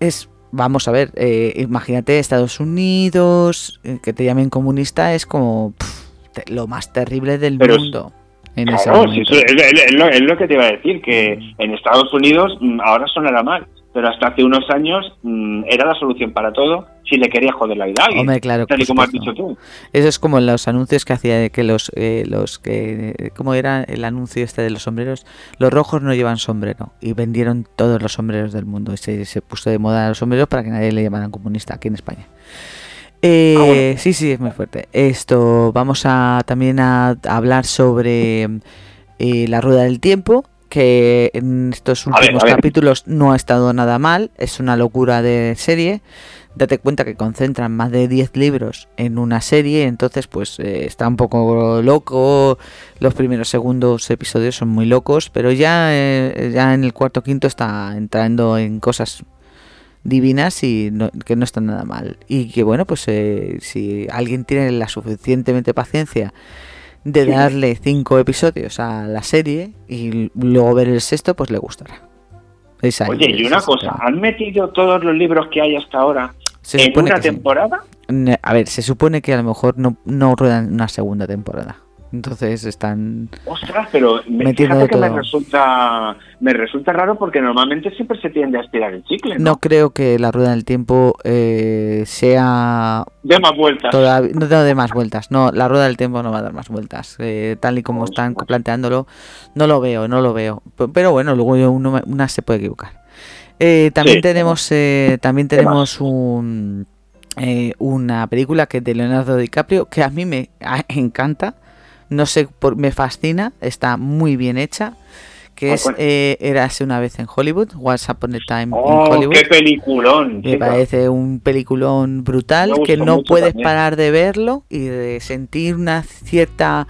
[SPEAKER 2] Es, vamos a ver, eh, imagínate Estados Unidos, eh, que te llamen comunista es como pff, te- lo más terrible del
[SPEAKER 1] Pero es-
[SPEAKER 2] mundo. En ese
[SPEAKER 1] Claro, sí,
[SPEAKER 2] momento.
[SPEAKER 1] eso es, es- es lo, es lo que te iba a decir, que en Estados Unidos mm, ahora sonará mal, pero hasta hace unos años mmm, era la solución para todo si le quería joder la vida a alguien.
[SPEAKER 2] Hombre, claro,
[SPEAKER 1] tal y
[SPEAKER 2] por
[SPEAKER 1] como has
[SPEAKER 2] supuesto.
[SPEAKER 1] dicho tú.
[SPEAKER 2] Eso es como en los anuncios que hacía de que los eh, los que cómo era el anuncio este de los sombreros, los rojos no llevan sombrero y vendieron todos los sombreros del mundo y se, se puso de moda los sombreros para que nadie le llamaran comunista aquí en España. Eh,
[SPEAKER 1] Ah, bueno.
[SPEAKER 2] Sí, sí, es muy fuerte. Esto vamos a también a, a hablar sobre eh, la rueda del tiempo que en estos
[SPEAKER 1] ver,
[SPEAKER 2] últimos
[SPEAKER 1] a ver.
[SPEAKER 2] capítulos no ha estado nada mal, es una locura de serie, date cuenta que concentran más de 10 libros en una serie, entonces pues eh, está un poco loco, los primeros segundos episodios son muy locos, pero ya, eh, ya en el cuarto quinto está entrando en cosas divinas y no- que no están nada mal. Y que bueno, pues eh, si alguien tiene la suficientemente paciencia de
[SPEAKER 1] Sí.
[SPEAKER 2] darle cinco episodios a la serie y luego ver el sexto, pues le gustará. Es ahí,
[SPEAKER 1] Oye, y
[SPEAKER 2] es
[SPEAKER 1] una
[SPEAKER 2] ese
[SPEAKER 1] cosa,
[SPEAKER 2] tema.
[SPEAKER 1] ¿han metido todos los libros que hay hasta ahora
[SPEAKER 2] Se
[SPEAKER 1] en
[SPEAKER 2] supone
[SPEAKER 1] una
[SPEAKER 2] que sí.
[SPEAKER 1] temporada?
[SPEAKER 2] Ne- A ver, se supone que a lo mejor no, no ruedan una segunda temporada. Entonces están.
[SPEAKER 1] Ostras, pero me,
[SPEAKER 2] Metiendo
[SPEAKER 1] fíjate que me
[SPEAKER 2] todo.
[SPEAKER 1] resulta, me resulta raro porque normalmente siempre se tiende a estirar el chicle, ¿no?
[SPEAKER 2] No creo que la rueda del tiempo eh, sea
[SPEAKER 1] De más vueltas.
[SPEAKER 2] Todavía no da más vueltas. No, la rueda del tiempo no va a dar más vueltas. Eh, tal y como
[SPEAKER 1] Por
[SPEAKER 2] están
[SPEAKER 1] supuesto.
[SPEAKER 2] planteándolo, no lo veo, no lo veo. P- Pero bueno, luego yo uno- una se puede equivocar. Eh, también
[SPEAKER 1] Sí.
[SPEAKER 2] tenemos, eh, también
[SPEAKER 1] ¿Qué más?
[SPEAKER 2] tenemos un, eh, una película que es de Leonardo DiCaprio que a mí me a- encanta. No sé, por, me fascina. Está muy bien hecha. Que
[SPEAKER 1] Ah,
[SPEAKER 2] es
[SPEAKER 1] bueno.
[SPEAKER 2] eh, Érase una vez en Hollywood, Once Upon a Time in
[SPEAKER 1] ¡Oh,
[SPEAKER 2] Hollywood.
[SPEAKER 1] qué peliculón!
[SPEAKER 2] Me
[SPEAKER 1] chica.
[SPEAKER 2] parece un peliculón brutal
[SPEAKER 1] Mm, Me
[SPEAKER 2] que
[SPEAKER 1] gustó
[SPEAKER 2] no
[SPEAKER 1] mucho
[SPEAKER 2] puedes
[SPEAKER 1] también.
[SPEAKER 2] parar de verlo y de sentir una cierta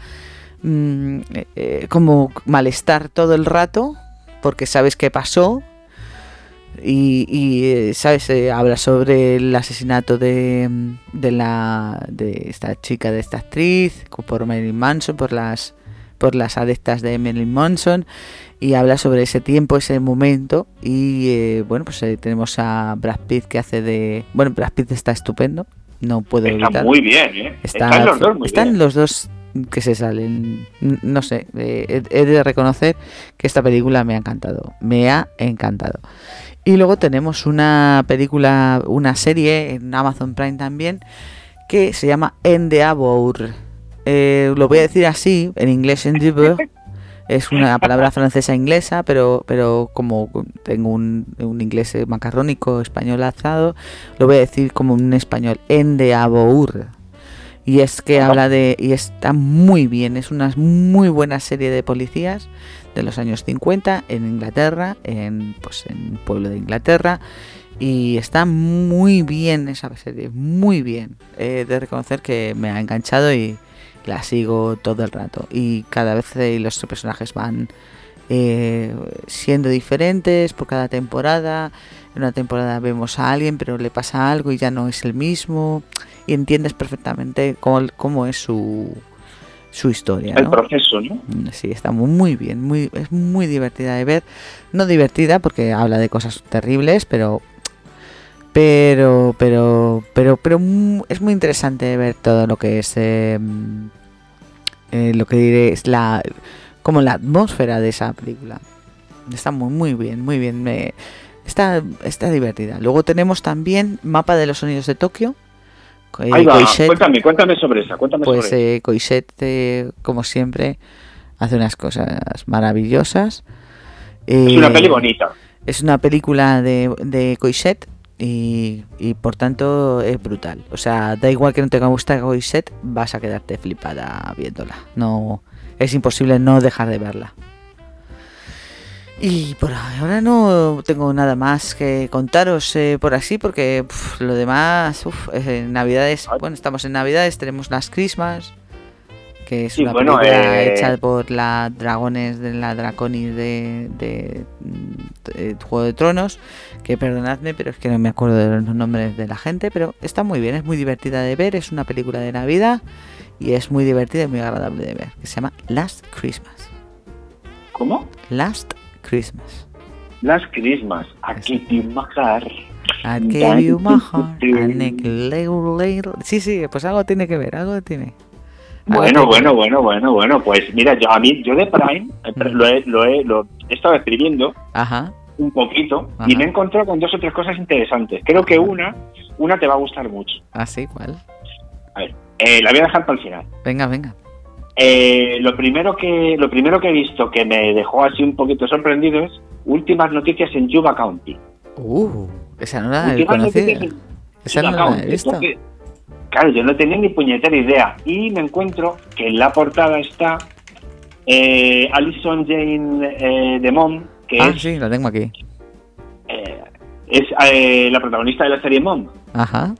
[SPEAKER 2] mm, eh, eh, como malestar todo el rato porque sabes qué pasó y, y, eh, sabes Eh, habla sobre el asesinato de, mm, de la de esta chica de esta actriz co- por Marilyn Manson por las por las adeptas de Marilyn Manson y habla sobre ese tiempo, ese momento. Y eh, bueno, pues eh, tenemos a Brad Pitt que hace de. Bueno, Brad Pitt está estupendo, no puedo
[SPEAKER 1] Está
[SPEAKER 2] evitarlo.
[SPEAKER 1] muy bien, ¿eh?
[SPEAKER 2] Está-
[SPEAKER 1] Están los dos muy
[SPEAKER 2] están
[SPEAKER 1] bien.
[SPEAKER 2] los dos que se salen. N- No sé, eh, he he de reconocer que esta película me ha encantado. Me ha encantado. Y luego tenemos una película, una serie en Amazon Prime también, que se llama Endeavour. Eh, lo voy a decir así, en inglés Endeavour. Es una palabra francesa inglesa, pero, pero como tengo un, un inglés eh, macarrónico español alzado, lo voy a decir como un español, Endeavour. Y es que
[SPEAKER 1] Ajá.
[SPEAKER 2] habla de. Y está muy bien, es una muy buena serie de policías de los años 50 en Inglaterra, en, pues, en un pueblo de Inglaterra. Y está muy bien esa serie, muy bien. He de reconocer que me ha enganchado y la sigo todo el rato. Y cada vez eh, los personajes van eh, siendo diferentes por cada temporada. En una temporada vemos a alguien, pero le pasa algo y ya no es el mismo. Y entiendes perfectamente cómo, cómo es su, su historia.
[SPEAKER 1] El
[SPEAKER 2] ¿no?
[SPEAKER 1] proceso, ¿no?
[SPEAKER 2] Mm, Sí, está mu- muy bien, muy, es muy divertida de ver. No divertida porque habla de cosas terribles, pero pero pero pero pero mu- es muy interesante ver todo lo que es eh, mm, eh, lo que diré es la como la atmósfera de esa película. Está muy muy bien, muy bien. me- está está divertida. Luego tenemos también Mapa de los sonidos de Tokio. eh,
[SPEAKER 1] Ahí va, pues
[SPEAKER 2] Koishet.
[SPEAKER 1] cuéntame, cuéntame sobre esa, cuéntame
[SPEAKER 2] Pues
[SPEAKER 1] sobre
[SPEAKER 2] eh, Coixet, eh, como siempre, hace unas cosas maravillosas.
[SPEAKER 1] esa. Es una
[SPEAKER 2] Eh,
[SPEAKER 1] peli bonita.
[SPEAKER 2] Es una película de, de Coixet y, y, por tanto es brutal. O sea, da igual que no te guste Coixet, vas a quedarte flipada viéndola. No, es imposible no dejar de verla. Y por ahora no tengo nada más que contaros eh, por así, porque pf, lo demás, uf, eh, Navidades,
[SPEAKER 1] Ay.
[SPEAKER 2] bueno, estamos en Navidades, tenemos las Christmas, que es
[SPEAKER 1] Sí,
[SPEAKER 2] una
[SPEAKER 1] bueno,
[SPEAKER 2] película
[SPEAKER 1] eh,
[SPEAKER 2] hecha por la Dragones, de la Draconis de, de, mm, eh, Juego de Tronos, que perdonadme, pero es que no me acuerdo de los nombres de la gente, pero está muy bien, es muy divertida de ver, es una película de Navidad y es muy divertida y muy agradable de ver, que se llama Last Christmas.
[SPEAKER 1] ¿Cómo?
[SPEAKER 2] Last Christmas.
[SPEAKER 1] Las Christmas. Aquí te majar.
[SPEAKER 2] I gave you my heart, I neglected later. Sí, sí, pues algo tiene que ver, algo tiene.
[SPEAKER 1] Bueno,
[SPEAKER 2] Algo tiene
[SPEAKER 1] bueno, bueno, bueno, bueno. Pues mira, yo a mí, yo de Prime, eh,
[SPEAKER 2] Mm.
[SPEAKER 1] lo he, lo he, lo he estado escribiendo
[SPEAKER 2] Ajá.
[SPEAKER 1] un poquito y
[SPEAKER 2] Ajá.
[SPEAKER 1] me he encontrado con dos o tres cosas interesantes. Creo que una, una te va a gustar mucho.
[SPEAKER 2] Ah, sí, ¿cuál?
[SPEAKER 1] Eh, la voy a dejar para el final.
[SPEAKER 2] Venga, venga.
[SPEAKER 1] Eh, lo primero que lo primero que he visto que me dejó así un poquito sorprendido es últimas noticias en Yuba County.
[SPEAKER 2] Uh, esa no la he
[SPEAKER 1] últimas noticias
[SPEAKER 2] conocido.
[SPEAKER 1] en
[SPEAKER 2] Esa no
[SPEAKER 1] Yuba
[SPEAKER 2] la he
[SPEAKER 1] County,
[SPEAKER 2] visto.
[SPEAKER 1] porque, claro, yo no tenía ni puñetera idea y me encuentro que en la portada está eh, Alison Jane eh, de Mom, que
[SPEAKER 2] Ah,
[SPEAKER 1] es,
[SPEAKER 2] sí, la tengo aquí.
[SPEAKER 1] eh, es eh, la protagonista de la serie Mom.
[SPEAKER 2] Ajá.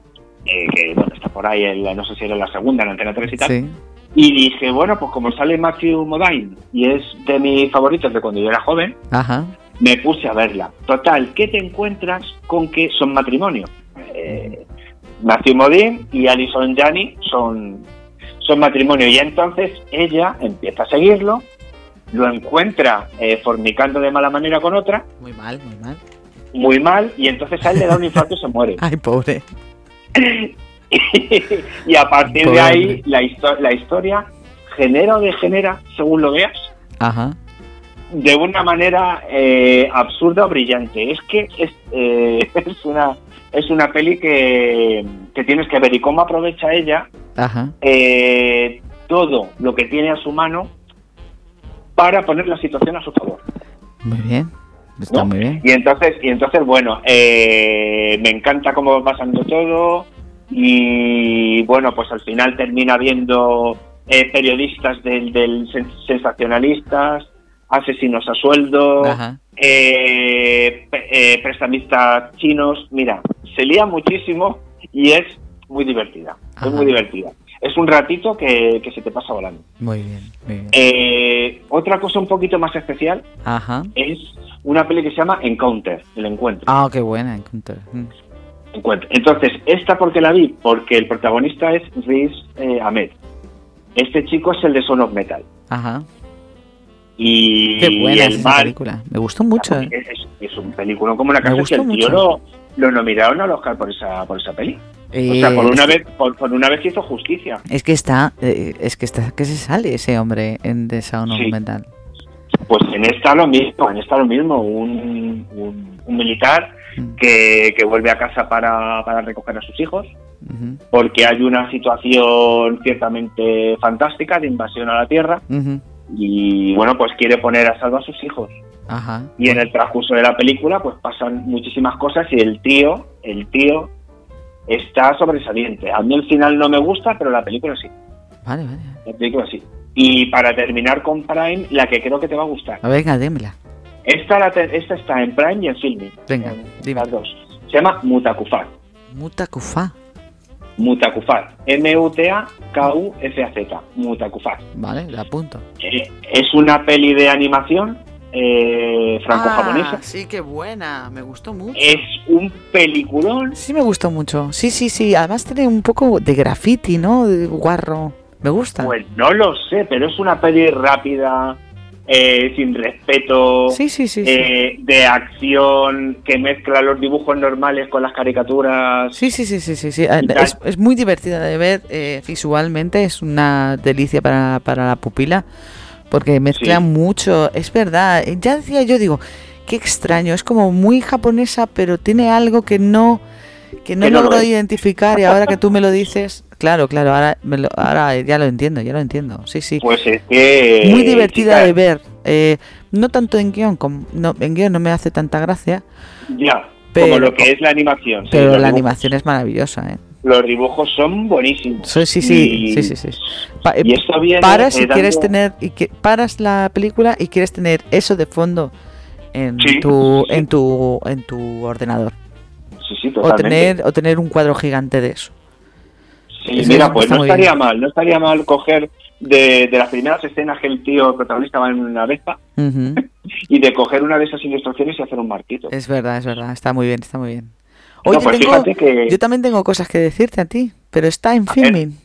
[SPEAKER 1] eh, que bueno, está por ahí, en la- no sé si era la segunda en Antena 3 y tal.
[SPEAKER 2] Sí.
[SPEAKER 1] Y dije, bueno, pues como sale Matthew Modine y es de mis favoritos de cuando yo era joven,
[SPEAKER 2] Ajá.
[SPEAKER 1] me puse a verla. Total, ¿qué te encuentras con que son matrimonio? Eh, Matthew Modine y Alison Janney son, son matrimonio. Y entonces ella empieza a seguirlo, lo encuentra eh, fornicando de mala manera con otra,
[SPEAKER 2] Muy mal, muy mal.
[SPEAKER 1] muy mal, y entonces a él le da un infarto y se muere.
[SPEAKER 2] Ay, pobre.
[SPEAKER 1] y a partir de
[SPEAKER 2] Pobre
[SPEAKER 1] ahí
[SPEAKER 2] hombre.
[SPEAKER 1] la, histo- la historia genera o degenera, según lo veas,
[SPEAKER 2] Ajá.
[SPEAKER 1] de una manera eh, absurda o brillante. Es que es, eh, es una es una peli que, que tienes que ver y cómo aprovecha ella
[SPEAKER 2] Ajá.
[SPEAKER 1] eh, todo lo que tiene a su mano para poner la situación a su favor.
[SPEAKER 2] Muy bien. Está
[SPEAKER 1] ¿no?
[SPEAKER 2] muy bien.
[SPEAKER 1] Y entonces, y entonces bueno, eh, me encanta cómo va pasando todo y bueno, pues al final termina viendo eh, periodistas del, del sen- sensacionalistas, asesinos a sueldo,
[SPEAKER 2] Ajá.
[SPEAKER 1] eh, pe- eh, prestamistas chinos. Mira, se lía muchísimo y es muy divertida,
[SPEAKER 2] Ajá.
[SPEAKER 1] es muy divertida. Es un ratito que, que se te pasa volando.
[SPEAKER 2] Muy bien, muy bien.
[SPEAKER 1] Eh, otra cosa un poquito más especial
[SPEAKER 2] Ajá.
[SPEAKER 1] es una peli que se llama Encounter, el encuentro.
[SPEAKER 2] Ah, qué buena, encontré. Mm.
[SPEAKER 1] Encuentro. Entonces, esta porque la vi, porque el protagonista es Riz eh, Ahmed. Este chico es el de Son of Metal.
[SPEAKER 2] Ajá.
[SPEAKER 1] Y
[SPEAKER 2] Qué buena
[SPEAKER 1] el
[SPEAKER 2] es
[SPEAKER 1] Ah,
[SPEAKER 2] esa
[SPEAKER 1] mal
[SPEAKER 2] película. Me gustó mucho.
[SPEAKER 1] es,
[SPEAKER 2] eh.
[SPEAKER 1] es- es un película como una casa que
[SPEAKER 2] gustó
[SPEAKER 1] el tío
[SPEAKER 2] mucho.
[SPEAKER 1] lo, lo nominaron al Oscar por esa, por esa peli. O sea,
[SPEAKER 2] Eh,
[SPEAKER 1] por una
[SPEAKER 2] es,
[SPEAKER 1] vez, por, por una vez hizo justicia.
[SPEAKER 2] es que está, eh, es que está, que se sale ese hombre en The Sound of
[SPEAKER 1] Sí.
[SPEAKER 2] Metal.
[SPEAKER 1] Pues en esta lo mismo, en esta lo mismo, un, un- un militar
[SPEAKER 2] Mm,
[SPEAKER 1] que, que vuelve a casa para, para recoger a sus hijos.
[SPEAKER 2] ujú,
[SPEAKER 1] porque hay una situación ciertamente fantástica de invasión a la Tierra
[SPEAKER 2] ujú,
[SPEAKER 1] y bueno, pues quiere poner a salvo a sus hijos.
[SPEAKER 2] Ajá.
[SPEAKER 1] Y en el transcurso de la película pues pasan muchísimas cosas y el tío, el tío está sobresaliente. A mí el final no me gusta, pero la película sí,
[SPEAKER 2] Vale, vale. vale.
[SPEAKER 1] la película sí. Y para terminar con Prime, la que creo que te va a gustar.
[SPEAKER 2] Ah, Venga, dímela.
[SPEAKER 1] Esta, la te- esta está en Prime y en Filmin.
[SPEAKER 2] Venga,
[SPEAKER 1] en
[SPEAKER 2] dime.
[SPEAKER 1] las dos. Se llama Mutakufar.
[SPEAKER 2] Mutakufá.
[SPEAKER 1] Mutakufar. M-U-T-A-K-U-F-A-Z. Mutakufar.
[SPEAKER 2] Vale, la apunto.
[SPEAKER 1] Eh, es una peli de animación eh, franco-japonesa.
[SPEAKER 2] Ah, sí, qué buena. Me gustó mucho.
[SPEAKER 1] Es un peliculón.
[SPEAKER 2] Sí, me gustó mucho. Sí, sí, sí. Además tiene un poco de graffiti, ¿no? De guarro. Me gusta.
[SPEAKER 1] Pues no lo sé, pero es una peli rápida, eh, sin respeto,
[SPEAKER 2] sí, sí, sí. sí.
[SPEAKER 1] eh, de acción, que mezcla los dibujos normales con las caricaturas.
[SPEAKER 2] Sí, sí, sí, sí, sí, sí.
[SPEAKER 1] tal.
[SPEAKER 2] Es, es muy divertida de ver eh, visualmente, es una delicia para, para la pupila, porque mezcla
[SPEAKER 1] Sí.
[SPEAKER 2] mucho, es verdad, eh, ya decía yo, digo, qué extraño, es como muy japonesa, pero tiene algo que no, que no
[SPEAKER 1] Que no lo
[SPEAKER 2] logro
[SPEAKER 1] es.
[SPEAKER 2] identificar y ahora que tú me lo dices, claro, claro, ahora, me lo- ahora ya lo entiendo, ya lo entiendo, sí, sí.
[SPEAKER 1] Pues es que...
[SPEAKER 2] Muy divertida
[SPEAKER 1] chica,
[SPEAKER 2] de ver, eh, no tanto en guión, como, no, en guión no me hace tanta gracia,
[SPEAKER 1] Ya,
[SPEAKER 2] Pero-
[SPEAKER 1] como lo que es la animación. sí, los
[SPEAKER 2] pero la
[SPEAKER 1] dibujos-
[SPEAKER 2] animación es maravillosa, ¿eh?
[SPEAKER 1] Los dibujos son buenísimos.
[SPEAKER 2] Sí, sí, sí,
[SPEAKER 1] Y-
[SPEAKER 2] sí, sí, sí. Pa- eh,
[SPEAKER 1] Y esto viene...
[SPEAKER 2] paras
[SPEAKER 1] eh,
[SPEAKER 2] y quieres
[SPEAKER 1] dando-
[SPEAKER 2] tener y que paras la película y quieres tener eso de fondo en
[SPEAKER 1] Sí,
[SPEAKER 2] tu
[SPEAKER 1] sí.
[SPEAKER 2] en tu en tu ordenador
[SPEAKER 1] Sí, sí,
[SPEAKER 2] o
[SPEAKER 1] totalmente.
[SPEAKER 2] tener o tener un cuadro gigante de eso.
[SPEAKER 1] Sí,
[SPEAKER 2] Eso
[SPEAKER 1] mira,
[SPEAKER 2] está
[SPEAKER 1] pues no
[SPEAKER 2] muy
[SPEAKER 1] estaría
[SPEAKER 2] bien.
[SPEAKER 1] mal, no estaría mal coger de, de las primeras escenas que el tío protagonista va en una vespa
[SPEAKER 2] Ujú.
[SPEAKER 1] y de coger una de esas ilustraciones y hacer un marquito.
[SPEAKER 2] Es verdad, es verdad, está muy bien, está muy bien.
[SPEAKER 1] No,
[SPEAKER 2] Oye,
[SPEAKER 1] pues
[SPEAKER 2] tengo-
[SPEAKER 1] fíjate que-
[SPEAKER 2] yo también tengo cosas que decirte a ti, pero está en
[SPEAKER 1] ver,
[SPEAKER 2] filming.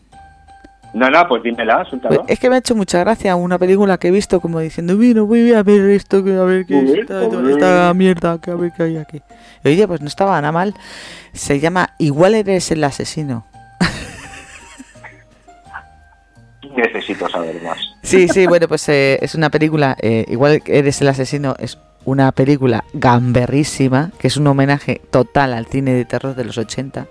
[SPEAKER 1] No, no, pues dímela, suéltalo.
[SPEAKER 2] Es que me ha hecho mucha gracia una película que he visto como diciendo, mira, voy a ver esto, que a ver qué es esta, esta mierda, que a ver qué hay aquí. Y oye, pues no estaba nada mal. Se llama Igual eres el asesino.
[SPEAKER 1] Necesito saber más.
[SPEAKER 2] Sí, sí, bueno, pues eh, es una película, eh, Igual eres el asesino, es una película gamberrísima, que es un homenaje total al cine de terror de los 80,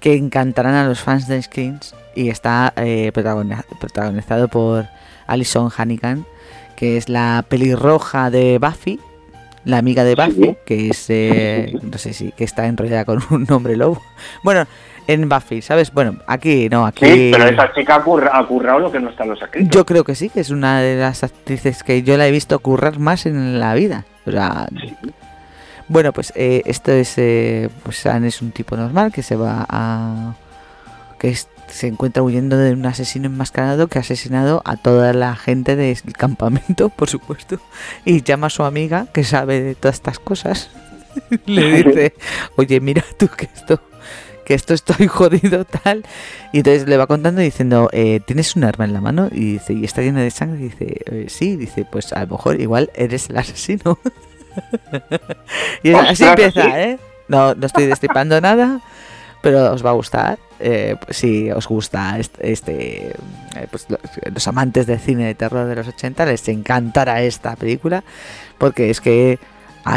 [SPEAKER 2] que encantarán a los fans de Screens y está eh, protagoniza- protagonizado por Alison Hannigan, que es la pelirroja de Buffy, la amiga de Buffy, que es, eh, no sé si, que está enrollada con un hombre lobo. Bueno, en Buffy, ¿sabes? Bueno, aquí no, aquí...
[SPEAKER 1] Sí, pero esa chica ha, curra- ha currado lo que no están los escritos.
[SPEAKER 2] Yo creo que sí, que es una de las actrices que yo la he visto currar más en la vida. O sea, bueno, pues eh, esto es, eh, pues Anne es un tipo normal que se va a, que es- se encuentra huyendo de un asesino enmascarado que ha asesinado a toda la gente del campamento, por supuesto, y llama a su amiga que sabe de todas estas cosas. Le dice, oye, mira tú que esto, que esto estoy jodido tal. Y entonces le va contando y diciendo, eh, ¿tienes un arma en la mano? Y dice, ¿y está llena de sangre? Y dice, "Eh, sí, dice, pues a lo mejor igual eres el asesino. y
[SPEAKER 1] Ostras,
[SPEAKER 2] así empieza,
[SPEAKER 1] sí.
[SPEAKER 2] ¿eh? No, no estoy destripando nada, pero os va a gustar. eh, pues, si os gusta este, este, eh, pues, los, los amantes del cine de terror de los 80 les encantará esta película porque es que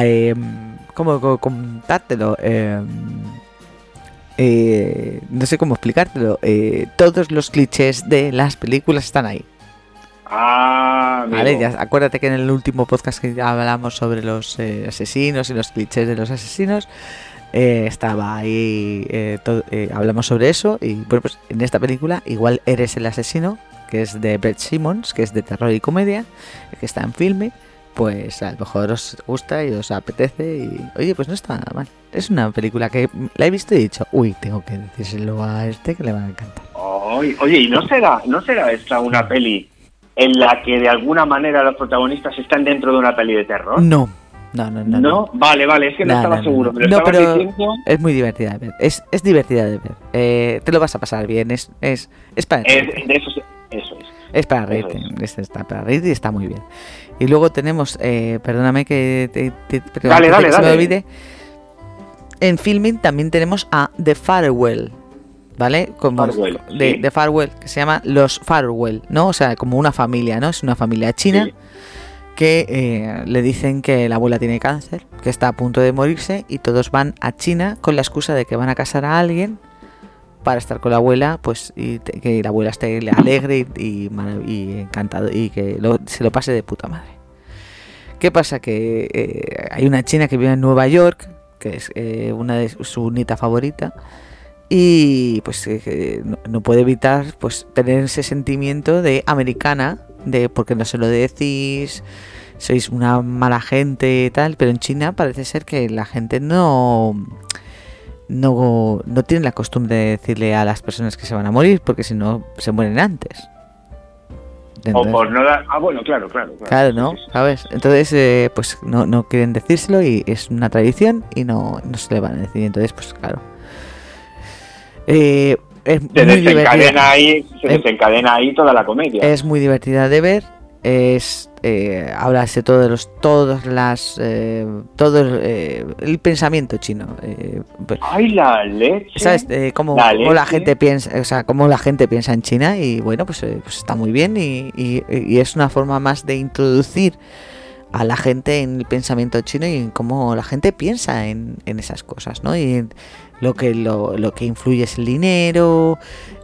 [SPEAKER 2] eh, cómo co- contártelo Eh, eh, no sé cómo explicártelo eh, todos los clichés de las películas están ahí
[SPEAKER 1] Ah, amigo.
[SPEAKER 2] ¿vale? Ya, acuérdate que en el último podcast que ya hablamos sobre los eh, asesinos y los clichés de los asesinos eh, estaba ahí eh, todo- eh, hablamos sobre eso y bueno pues en esta película igual eres el asesino que es de Brett Simmons que es de terror y comedia que está en filme pues a lo mejor os gusta y os apetece y oye pues no está nada mal es una película que la he visto y he dicho uy tengo que decírselo a este que le va a encantar
[SPEAKER 1] Ay, oye, ¿y no será, no será esta una peli en la que de alguna manera los protagonistas están dentro de una peli de terror?
[SPEAKER 2] no no no no,
[SPEAKER 1] ¿No? Vale, vale, es que no,
[SPEAKER 2] No,
[SPEAKER 1] estaba
[SPEAKER 2] no, no,
[SPEAKER 1] seguro.
[SPEAKER 2] no.
[SPEAKER 1] pero
[SPEAKER 2] No,
[SPEAKER 1] estabas
[SPEAKER 2] pero-
[SPEAKER 1] diciendo...
[SPEAKER 2] Es muy divertida de ver. Es, es divertida de ver. Eh, te lo vas a pasar bien. Es, es, es para reírte.
[SPEAKER 1] Es- eh, de eso, se- eso es.
[SPEAKER 2] Es para
[SPEAKER 1] eso
[SPEAKER 2] reírte. Es- está para reírte y está muy bien. Y luego tenemos, eh, perdóname que te, te- pero
[SPEAKER 1] Dale,
[SPEAKER 2] antes de
[SPEAKER 1] dale,
[SPEAKER 2] que se me
[SPEAKER 1] dale.
[SPEAKER 2] olvide. En filming también tenemos a The Farewell. ¿Vale? Como
[SPEAKER 1] Farewell,
[SPEAKER 2] de,
[SPEAKER 1] sí.
[SPEAKER 2] de Farewell, que se llama Los Farewell, ¿no? O sea, como una familia, ¿no? Es una familia china
[SPEAKER 1] Sí.
[SPEAKER 2] que eh, le dicen que la abuela tiene cáncer, que está a punto de morirse y todos van a China con la excusa de que van a casar a alguien para estar con la abuela, pues y te- que la abuela esté alegre y, y marav- y encantado y que lo- se lo pase de puta madre. ¿Qué pasa? Que eh, hay una china que vive en Nueva York, que es eh, una de su- su unita favorita, y pues eh, eh, no, no puede evitar pues tener ese sentimiento de americana, de porque no se lo decís, sois una mala gente y tal, pero en China parece ser que la gente no no, no tiene la costumbre de decirle a las personas que se van a morir, porque si no se mueren antes.
[SPEAKER 1] O
[SPEAKER 2] Entonces-
[SPEAKER 1] por no dar... Ah, bueno, claro, claro.
[SPEAKER 2] Claro, ¿no?
[SPEAKER 1] Sí, sí,
[SPEAKER 2] ¿Sabes? Entonces, eh, pues no, no quieren decírselo y es una tradición y no, no se le van a decir. Entonces, pues claro. Eh, es,
[SPEAKER 1] sí. Se
[SPEAKER 2] muy
[SPEAKER 1] desencadena
[SPEAKER 2] divertida,
[SPEAKER 1] ahí, se
[SPEAKER 2] Eh,
[SPEAKER 1] desencadena ahí toda la comedia.
[SPEAKER 2] es muy divertida de ver. Es, eh, hablarse todo de los, todas las, eh, todo el, eh, el pensamiento chino. eh, pues,
[SPEAKER 1] Ay, la leche.
[SPEAKER 2] ¿Sabes? Eh, cómo,
[SPEAKER 1] La
[SPEAKER 2] cómo la
[SPEAKER 1] leche.
[SPEAKER 2] gente piensa, o sea, cómo la gente piensa en China y bueno, pues, eh, pues está muy bien y, y- y es una forma más de introducir a la gente en el pensamiento chino y en cómo la gente piensa en, en esas cosas, ¿no? Y en lo que lo, lo que influye es el dinero,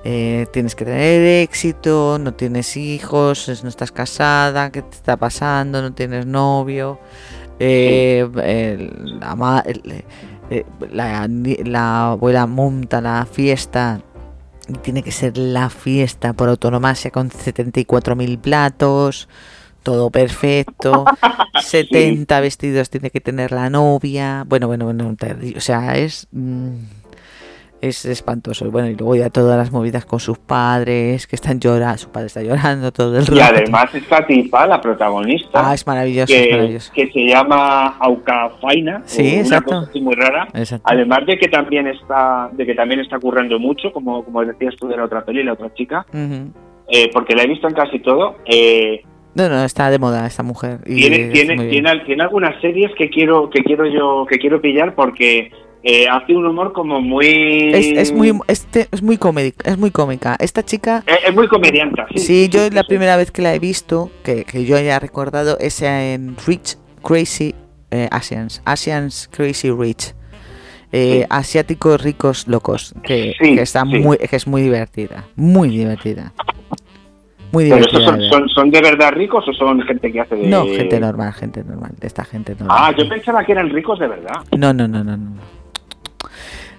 [SPEAKER 2] eh, tienes que tener éxito, no tienes hijos, es- no estás casada, ¿qué te está pasando? No tienes novio, eh, el- la ma- el- eh, la, ni- la abuela monta la fiesta y tiene que ser la fiesta por autonomasia con 74.000 platos, todo perfecto, 70 vestidos tiene que tener la novia, bueno, bueno, bueno, terri- o sea, es... mm, es espantoso. Y Bueno, y luego ya todas las movidas con sus padres, que están llorando, su padre está llorando todo el rato.
[SPEAKER 1] Y además esta tipa, la protagonista,
[SPEAKER 2] Ah, es maravilloso, es
[SPEAKER 1] que,
[SPEAKER 2] maravilloso.
[SPEAKER 1] que se llama Aucafaina,
[SPEAKER 2] Sí,
[SPEAKER 1] o una
[SPEAKER 2] exacto.
[SPEAKER 1] cosa así muy rara.
[SPEAKER 2] Exacto.
[SPEAKER 1] Además de que también está, de que también está currando mucho, como, como decías tú de la otra peli, la otra chica,
[SPEAKER 2] Ujú.
[SPEAKER 1] eh, porque la he visto en casi todo. eh,
[SPEAKER 2] No, no, está de moda esta mujer. Y
[SPEAKER 1] tiene,
[SPEAKER 2] es
[SPEAKER 1] tiene,
[SPEAKER 2] muy
[SPEAKER 1] tiene,
[SPEAKER 2] bien.
[SPEAKER 1] al- tiene algunas series que quiero, que quiero yo, que quiero pillar porque eh, hace un humor como muy
[SPEAKER 2] es, es muy este es muy cómica, es muy cómica. Esta chica,
[SPEAKER 1] Eh, es, es muy comedianta. Sí,
[SPEAKER 2] sí, yo
[SPEAKER 1] sí,
[SPEAKER 2] es la
[SPEAKER 1] sí.
[SPEAKER 2] primera vez que la he visto, que, que yo haya recordado, es en Rich Crazy eh, Asians, Asians Crazy Rich. Eh,
[SPEAKER 1] Sí.
[SPEAKER 2] Asiáticos ricos locos, que,
[SPEAKER 1] Sí,
[SPEAKER 2] que está
[SPEAKER 1] sí.
[SPEAKER 2] muy, que es muy divertida, muy divertida. Muy
[SPEAKER 1] ¿Pero
[SPEAKER 2] divertida.
[SPEAKER 1] estos son,
[SPEAKER 2] de ver.
[SPEAKER 1] son, son de verdad ricos o son gente que hace de.?
[SPEAKER 2] No, gente normal, gente normal, de esta gente normal.
[SPEAKER 1] Ah, yo pensaba que eran ricos de verdad.
[SPEAKER 2] No, no, no, no, no.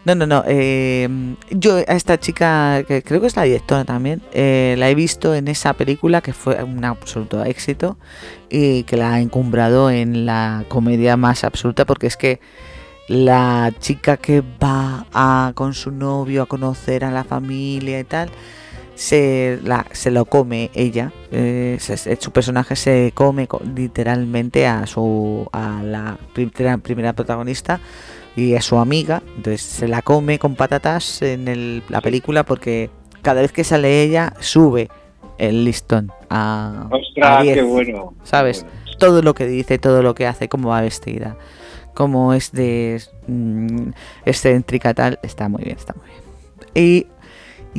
[SPEAKER 2] No, no, no. eh, yo a esta chica, que creo que es la directora también, eh, la he visto en esa película que fue un absoluto éxito y que la ha encumbrado en la comedia más absoluta porque es que la chica que va a, con su novio a conocer a la familia y tal, se, la, se lo come ella. eh, se- se- su personaje se come co- literalmente a su a la primera, primera protagonista y a su amiga. Entonces se la come con patatas en el- la película porque cada vez que sale ella sube el listón a, a
[SPEAKER 1] Ostras,
[SPEAKER 2] 10.
[SPEAKER 1] qué bueno.
[SPEAKER 2] ¿Sabes?
[SPEAKER 1] Qué bueno.
[SPEAKER 2] todo lo que dice, todo lo que hace, cómo va vestida, cómo es de mm, excéntrica tal, está muy bien, está muy bien. Y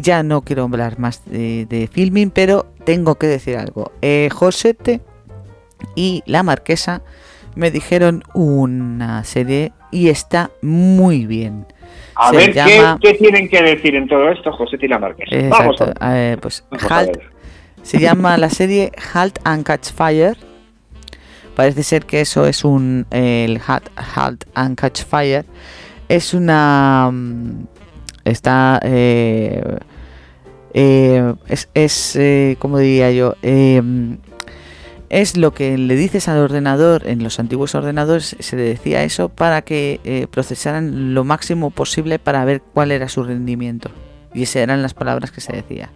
[SPEAKER 2] ya no quiero hablar más de, de filming, pero tengo que decir algo. Eh, Josete y la marquesa me dijeron una serie y está muy bien.
[SPEAKER 1] A
[SPEAKER 2] Se
[SPEAKER 1] ver, ¿qué,
[SPEAKER 2] llama-
[SPEAKER 1] qué tienen que decir en todo esto José Tila Márquez? Vamos a
[SPEAKER 2] Exacto.
[SPEAKER 1] ver.
[SPEAKER 2] eh, pues
[SPEAKER 1] Vamos a
[SPEAKER 2] Halt
[SPEAKER 1] ver.
[SPEAKER 2] Se llama la serie Halt and Catch Fire. Parece ser que eso es un. El Halt, Halt and Catch Fire. Es una. mm, Está. eh, eh, es. es eh, ¿Cómo diría yo? Eh, es lo que le dices al ordenador, en los antiguos ordenadores se le decía eso para que eh, procesaran lo máximo posible para ver cuál era su rendimiento. Y esas eran las palabras que se decía.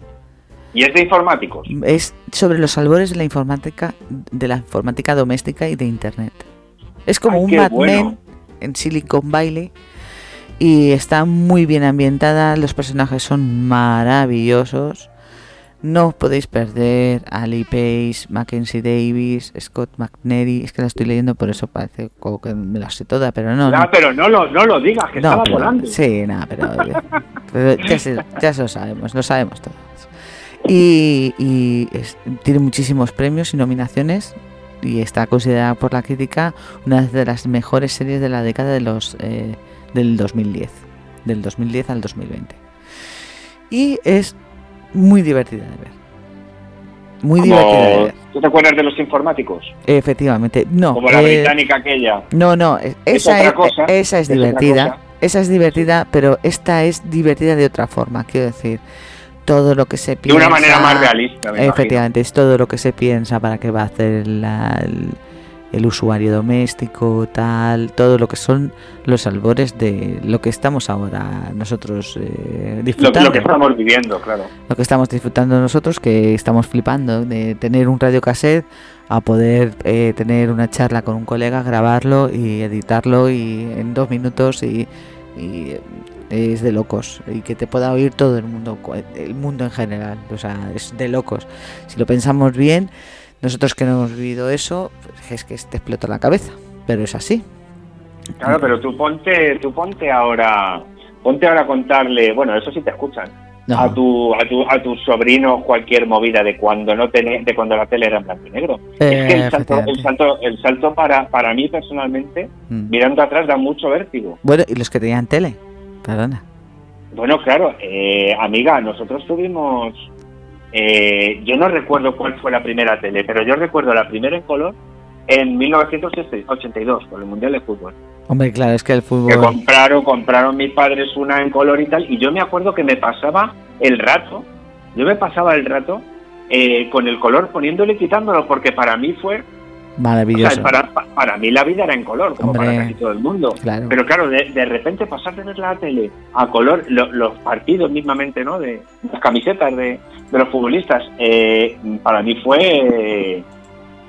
[SPEAKER 1] ¿Y es de informáticos?
[SPEAKER 2] Es sobre los albores de la informática, de la informática doméstica y de internet. Es como
[SPEAKER 1] Ay,
[SPEAKER 2] un
[SPEAKER 1] qué
[SPEAKER 2] Mad
[SPEAKER 1] bueno.
[SPEAKER 2] Men en Silicon Valley y está muy bien ambientada. Los personajes son maravillosos. No os podéis perder Ali Pace, Mackenzie Davis, Scott McNary. Es que la estoy leyendo, por eso parece como que me la sé toda, pero no.
[SPEAKER 1] Ah,
[SPEAKER 2] no.
[SPEAKER 1] pero no lo, no lo digas, que
[SPEAKER 2] No,
[SPEAKER 1] estaba
[SPEAKER 2] pero-
[SPEAKER 1] volando.
[SPEAKER 2] Sí, nada, pero, pero ya, se, ya se lo sabemos, lo sabemos todos. Y, y es- tiene muchísimos premios y nominaciones y está considerada por la crítica una de las mejores series de la década de los eh, del 2010, del 2010 al 2020. Y es muy divertida de ver. Muy eh. divertida de
[SPEAKER 1] Como,
[SPEAKER 2] ver.
[SPEAKER 1] ¿Tú te acuerdas de los informáticos?
[SPEAKER 2] Efectivamente. No,
[SPEAKER 1] Como la
[SPEAKER 2] eh,
[SPEAKER 1] británica aquella.
[SPEAKER 2] no, no, e-
[SPEAKER 1] Es
[SPEAKER 2] esa
[SPEAKER 1] otra
[SPEAKER 2] es,
[SPEAKER 1] cosa,
[SPEAKER 2] e- esa
[SPEAKER 1] es
[SPEAKER 2] es
[SPEAKER 1] otra
[SPEAKER 2] divertida.
[SPEAKER 1] cosa.
[SPEAKER 2] Esa es divertida, pero esta es divertida de otra forma, quiero decir. Todo lo que se
[SPEAKER 1] De
[SPEAKER 2] piensa.
[SPEAKER 1] una manera más realista, me imagino.
[SPEAKER 2] ah, Efectivamente, es todo lo que se piensa para qué va a hacer la- el, el usuario doméstico, tal, todo lo que son los albores de lo que estamos ahora nosotros eh,
[SPEAKER 1] Lo,
[SPEAKER 2] disfrutando.
[SPEAKER 1] lo que estamos viviendo, claro.
[SPEAKER 2] Lo que estamos disfrutando nosotros, que estamos flipando de tener un radio cassette a poder eh, tener una charla con un colega, grabarlo y editarlo y en dos minutos y, y, eh, es de locos y que te pueda oír todo el mundo, cu- el mundo en general, o sea, es de locos. Si lo pensamos bien, nosotros que no hemos vivido eso, pues es que te explota la cabeza, pero es así.
[SPEAKER 1] Claro, pero tú ponte, tú ponte ahora, ponte ahora a contarle, bueno, eso sí te escuchan,
[SPEAKER 2] No.
[SPEAKER 1] a tu, a tu, a tus sobrinos cualquier movida de cuando no tele- de cuando la tele era en blanco y negro. es que
[SPEAKER 2] Eh,
[SPEAKER 1] el salto, el
[SPEAKER 2] efectivamente.
[SPEAKER 1] salto, el salto para, para mí personalmente,
[SPEAKER 2] Mm.
[SPEAKER 1] mirando atrás da mucho vértigo.
[SPEAKER 2] Bueno, y los que tenían tele, perdona.
[SPEAKER 1] Bueno, claro, eh, amiga, nosotros tuvimos, eh, yo no recuerdo cuál fue la primera tele, pero yo recuerdo la primera en color en 1982 por el mundial de fútbol.
[SPEAKER 2] Hombre, claro, es que el
[SPEAKER 1] que
[SPEAKER 2] fútbol...
[SPEAKER 1] compraron, compraron mis padres una en color y tal, y yo me acuerdo que me pasaba el rato, yo me pasaba el rato eh, con el color poniéndolo y quitándolo, porque para mí fue, o sea,
[SPEAKER 2] Maravilloso.
[SPEAKER 1] para, pa- para mí la vida era en color, como
[SPEAKER 2] Hombre.
[SPEAKER 1] para casi todo el mundo.
[SPEAKER 2] Claro.
[SPEAKER 1] Pero claro, de, de repente pasar de ver la tele a color, lo- los partidos mismamente, ¿no? De las camisetas de, de los futbolistas, eh, para mí fue eh,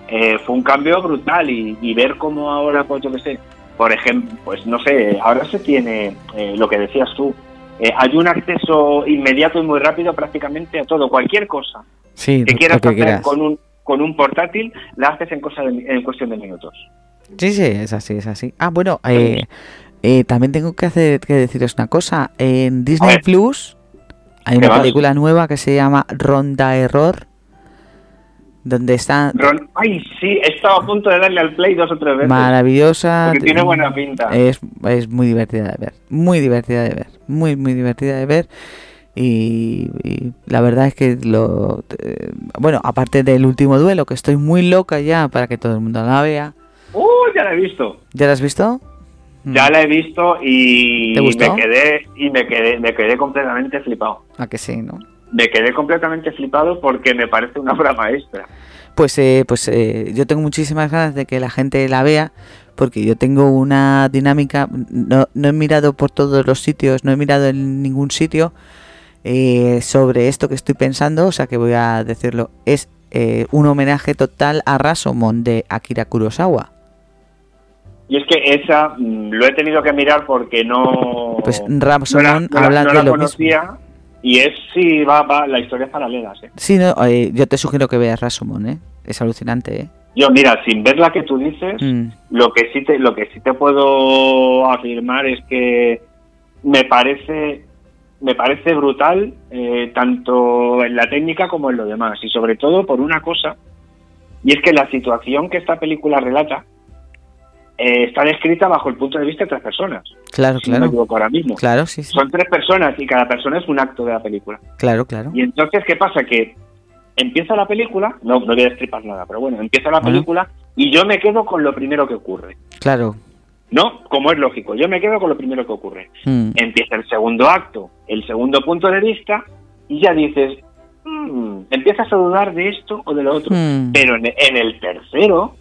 [SPEAKER 1] eh, fue un cambio brutal y, y ver cómo ahora, pues yo qué sé, por ejemplo, pues no sé, ahora se tiene eh, lo que decías tú, eh, hay un acceso inmediato y muy rápido prácticamente a todo, cualquier cosa
[SPEAKER 2] sí,
[SPEAKER 1] que
[SPEAKER 2] lo
[SPEAKER 1] quieras
[SPEAKER 2] que
[SPEAKER 1] hacer
[SPEAKER 2] quieras.
[SPEAKER 1] con un con un portátil, la haces en cosa de- en cuestión de minutos.
[SPEAKER 2] Sí, sí, es así, es así. Ah, bueno, eh, eh, también tengo que, hacer, que deciros una cosa. En Disney
[SPEAKER 1] ver.
[SPEAKER 2] Plus
[SPEAKER 1] ¿Qué
[SPEAKER 2] hay una
[SPEAKER 1] más?
[SPEAKER 2] película nueva que se llama Ronda Error. donde está
[SPEAKER 1] Ron- Ay, sí, he estado a punto de darle al play dos o tres veces.
[SPEAKER 2] maravillosa.
[SPEAKER 1] Porque tiene buena pinta.
[SPEAKER 2] Es, es muy divertida de ver, muy divertida de ver, muy, muy divertida de ver. Y, y la verdad es que lo. eh, bueno, aparte del último duelo, que estoy muy loca ya para que todo el mundo la vea.
[SPEAKER 1] ¡Uh! Ya la he visto.
[SPEAKER 2] ¿Ya la has visto?
[SPEAKER 1] Ya la he visto y
[SPEAKER 2] Mm. ¿Te gustó?
[SPEAKER 1] me quedé y me quedé me quedé completamente flipado.
[SPEAKER 2] A Ah, que sí, ¿no?
[SPEAKER 1] Me quedé completamente flipado porque me parece una obra maestra.
[SPEAKER 2] Pues, eh, pues eh, yo tengo muchísimas ganas de que la gente la vea, porque yo tengo una dinámica, no, no he mirado por todos los sitios, no he mirado en ningún sitio eh, sobre esto que estoy pensando, o sea que voy a decirlo, es eh, un homenaje total a Rasomon de Akira Kurosawa.
[SPEAKER 1] Y es que esa mm, lo he tenido que mirar porque no
[SPEAKER 2] Pues
[SPEAKER 1] no la,
[SPEAKER 2] Rasomon
[SPEAKER 1] no la-
[SPEAKER 2] habla
[SPEAKER 1] no
[SPEAKER 2] de
[SPEAKER 1] la
[SPEAKER 2] lo mismo.
[SPEAKER 1] conocía y es sí va, va la historia es paralela, sí.
[SPEAKER 2] Sí, no, eh, yo te sugiero que veas Rasomon, ¿eh? es alucinante. ¿eh?
[SPEAKER 1] Yo mira, sin ver la que tú dices,
[SPEAKER 2] Mm.
[SPEAKER 1] Lo que sí te, lo que sí te puedo afirmar es que me parece me parece brutal eh, tanto en la técnica como en lo demás y sobre todo por una cosa y es que la situación que esta película relata eh, está descrita bajo el punto de vista de tres personas
[SPEAKER 2] Claro,
[SPEAKER 1] si no me
[SPEAKER 2] claro,
[SPEAKER 1] equivoco ahora mismo
[SPEAKER 2] claro, sí, sí,
[SPEAKER 1] son tres personas y cada persona es un acto de la película
[SPEAKER 2] claro, claro.
[SPEAKER 1] y entonces, ¿qué pasa? Que empieza la película, no, no voy a destripar nada, pero bueno, empieza la
[SPEAKER 2] Bueno.
[SPEAKER 1] película y yo me quedo con lo primero que ocurre.
[SPEAKER 2] Claro.
[SPEAKER 1] ¿No? Como es lógico, yo me quedo con lo primero que ocurre.
[SPEAKER 2] Mm.
[SPEAKER 1] Empieza el segundo acto, el segundo punto de vista, y ya dices, "Mm", empiezas a dudar de esto o de lo otro.
[SPEAKER 2] Mm.
[SPEAKER 1] Pero en, en el tercero,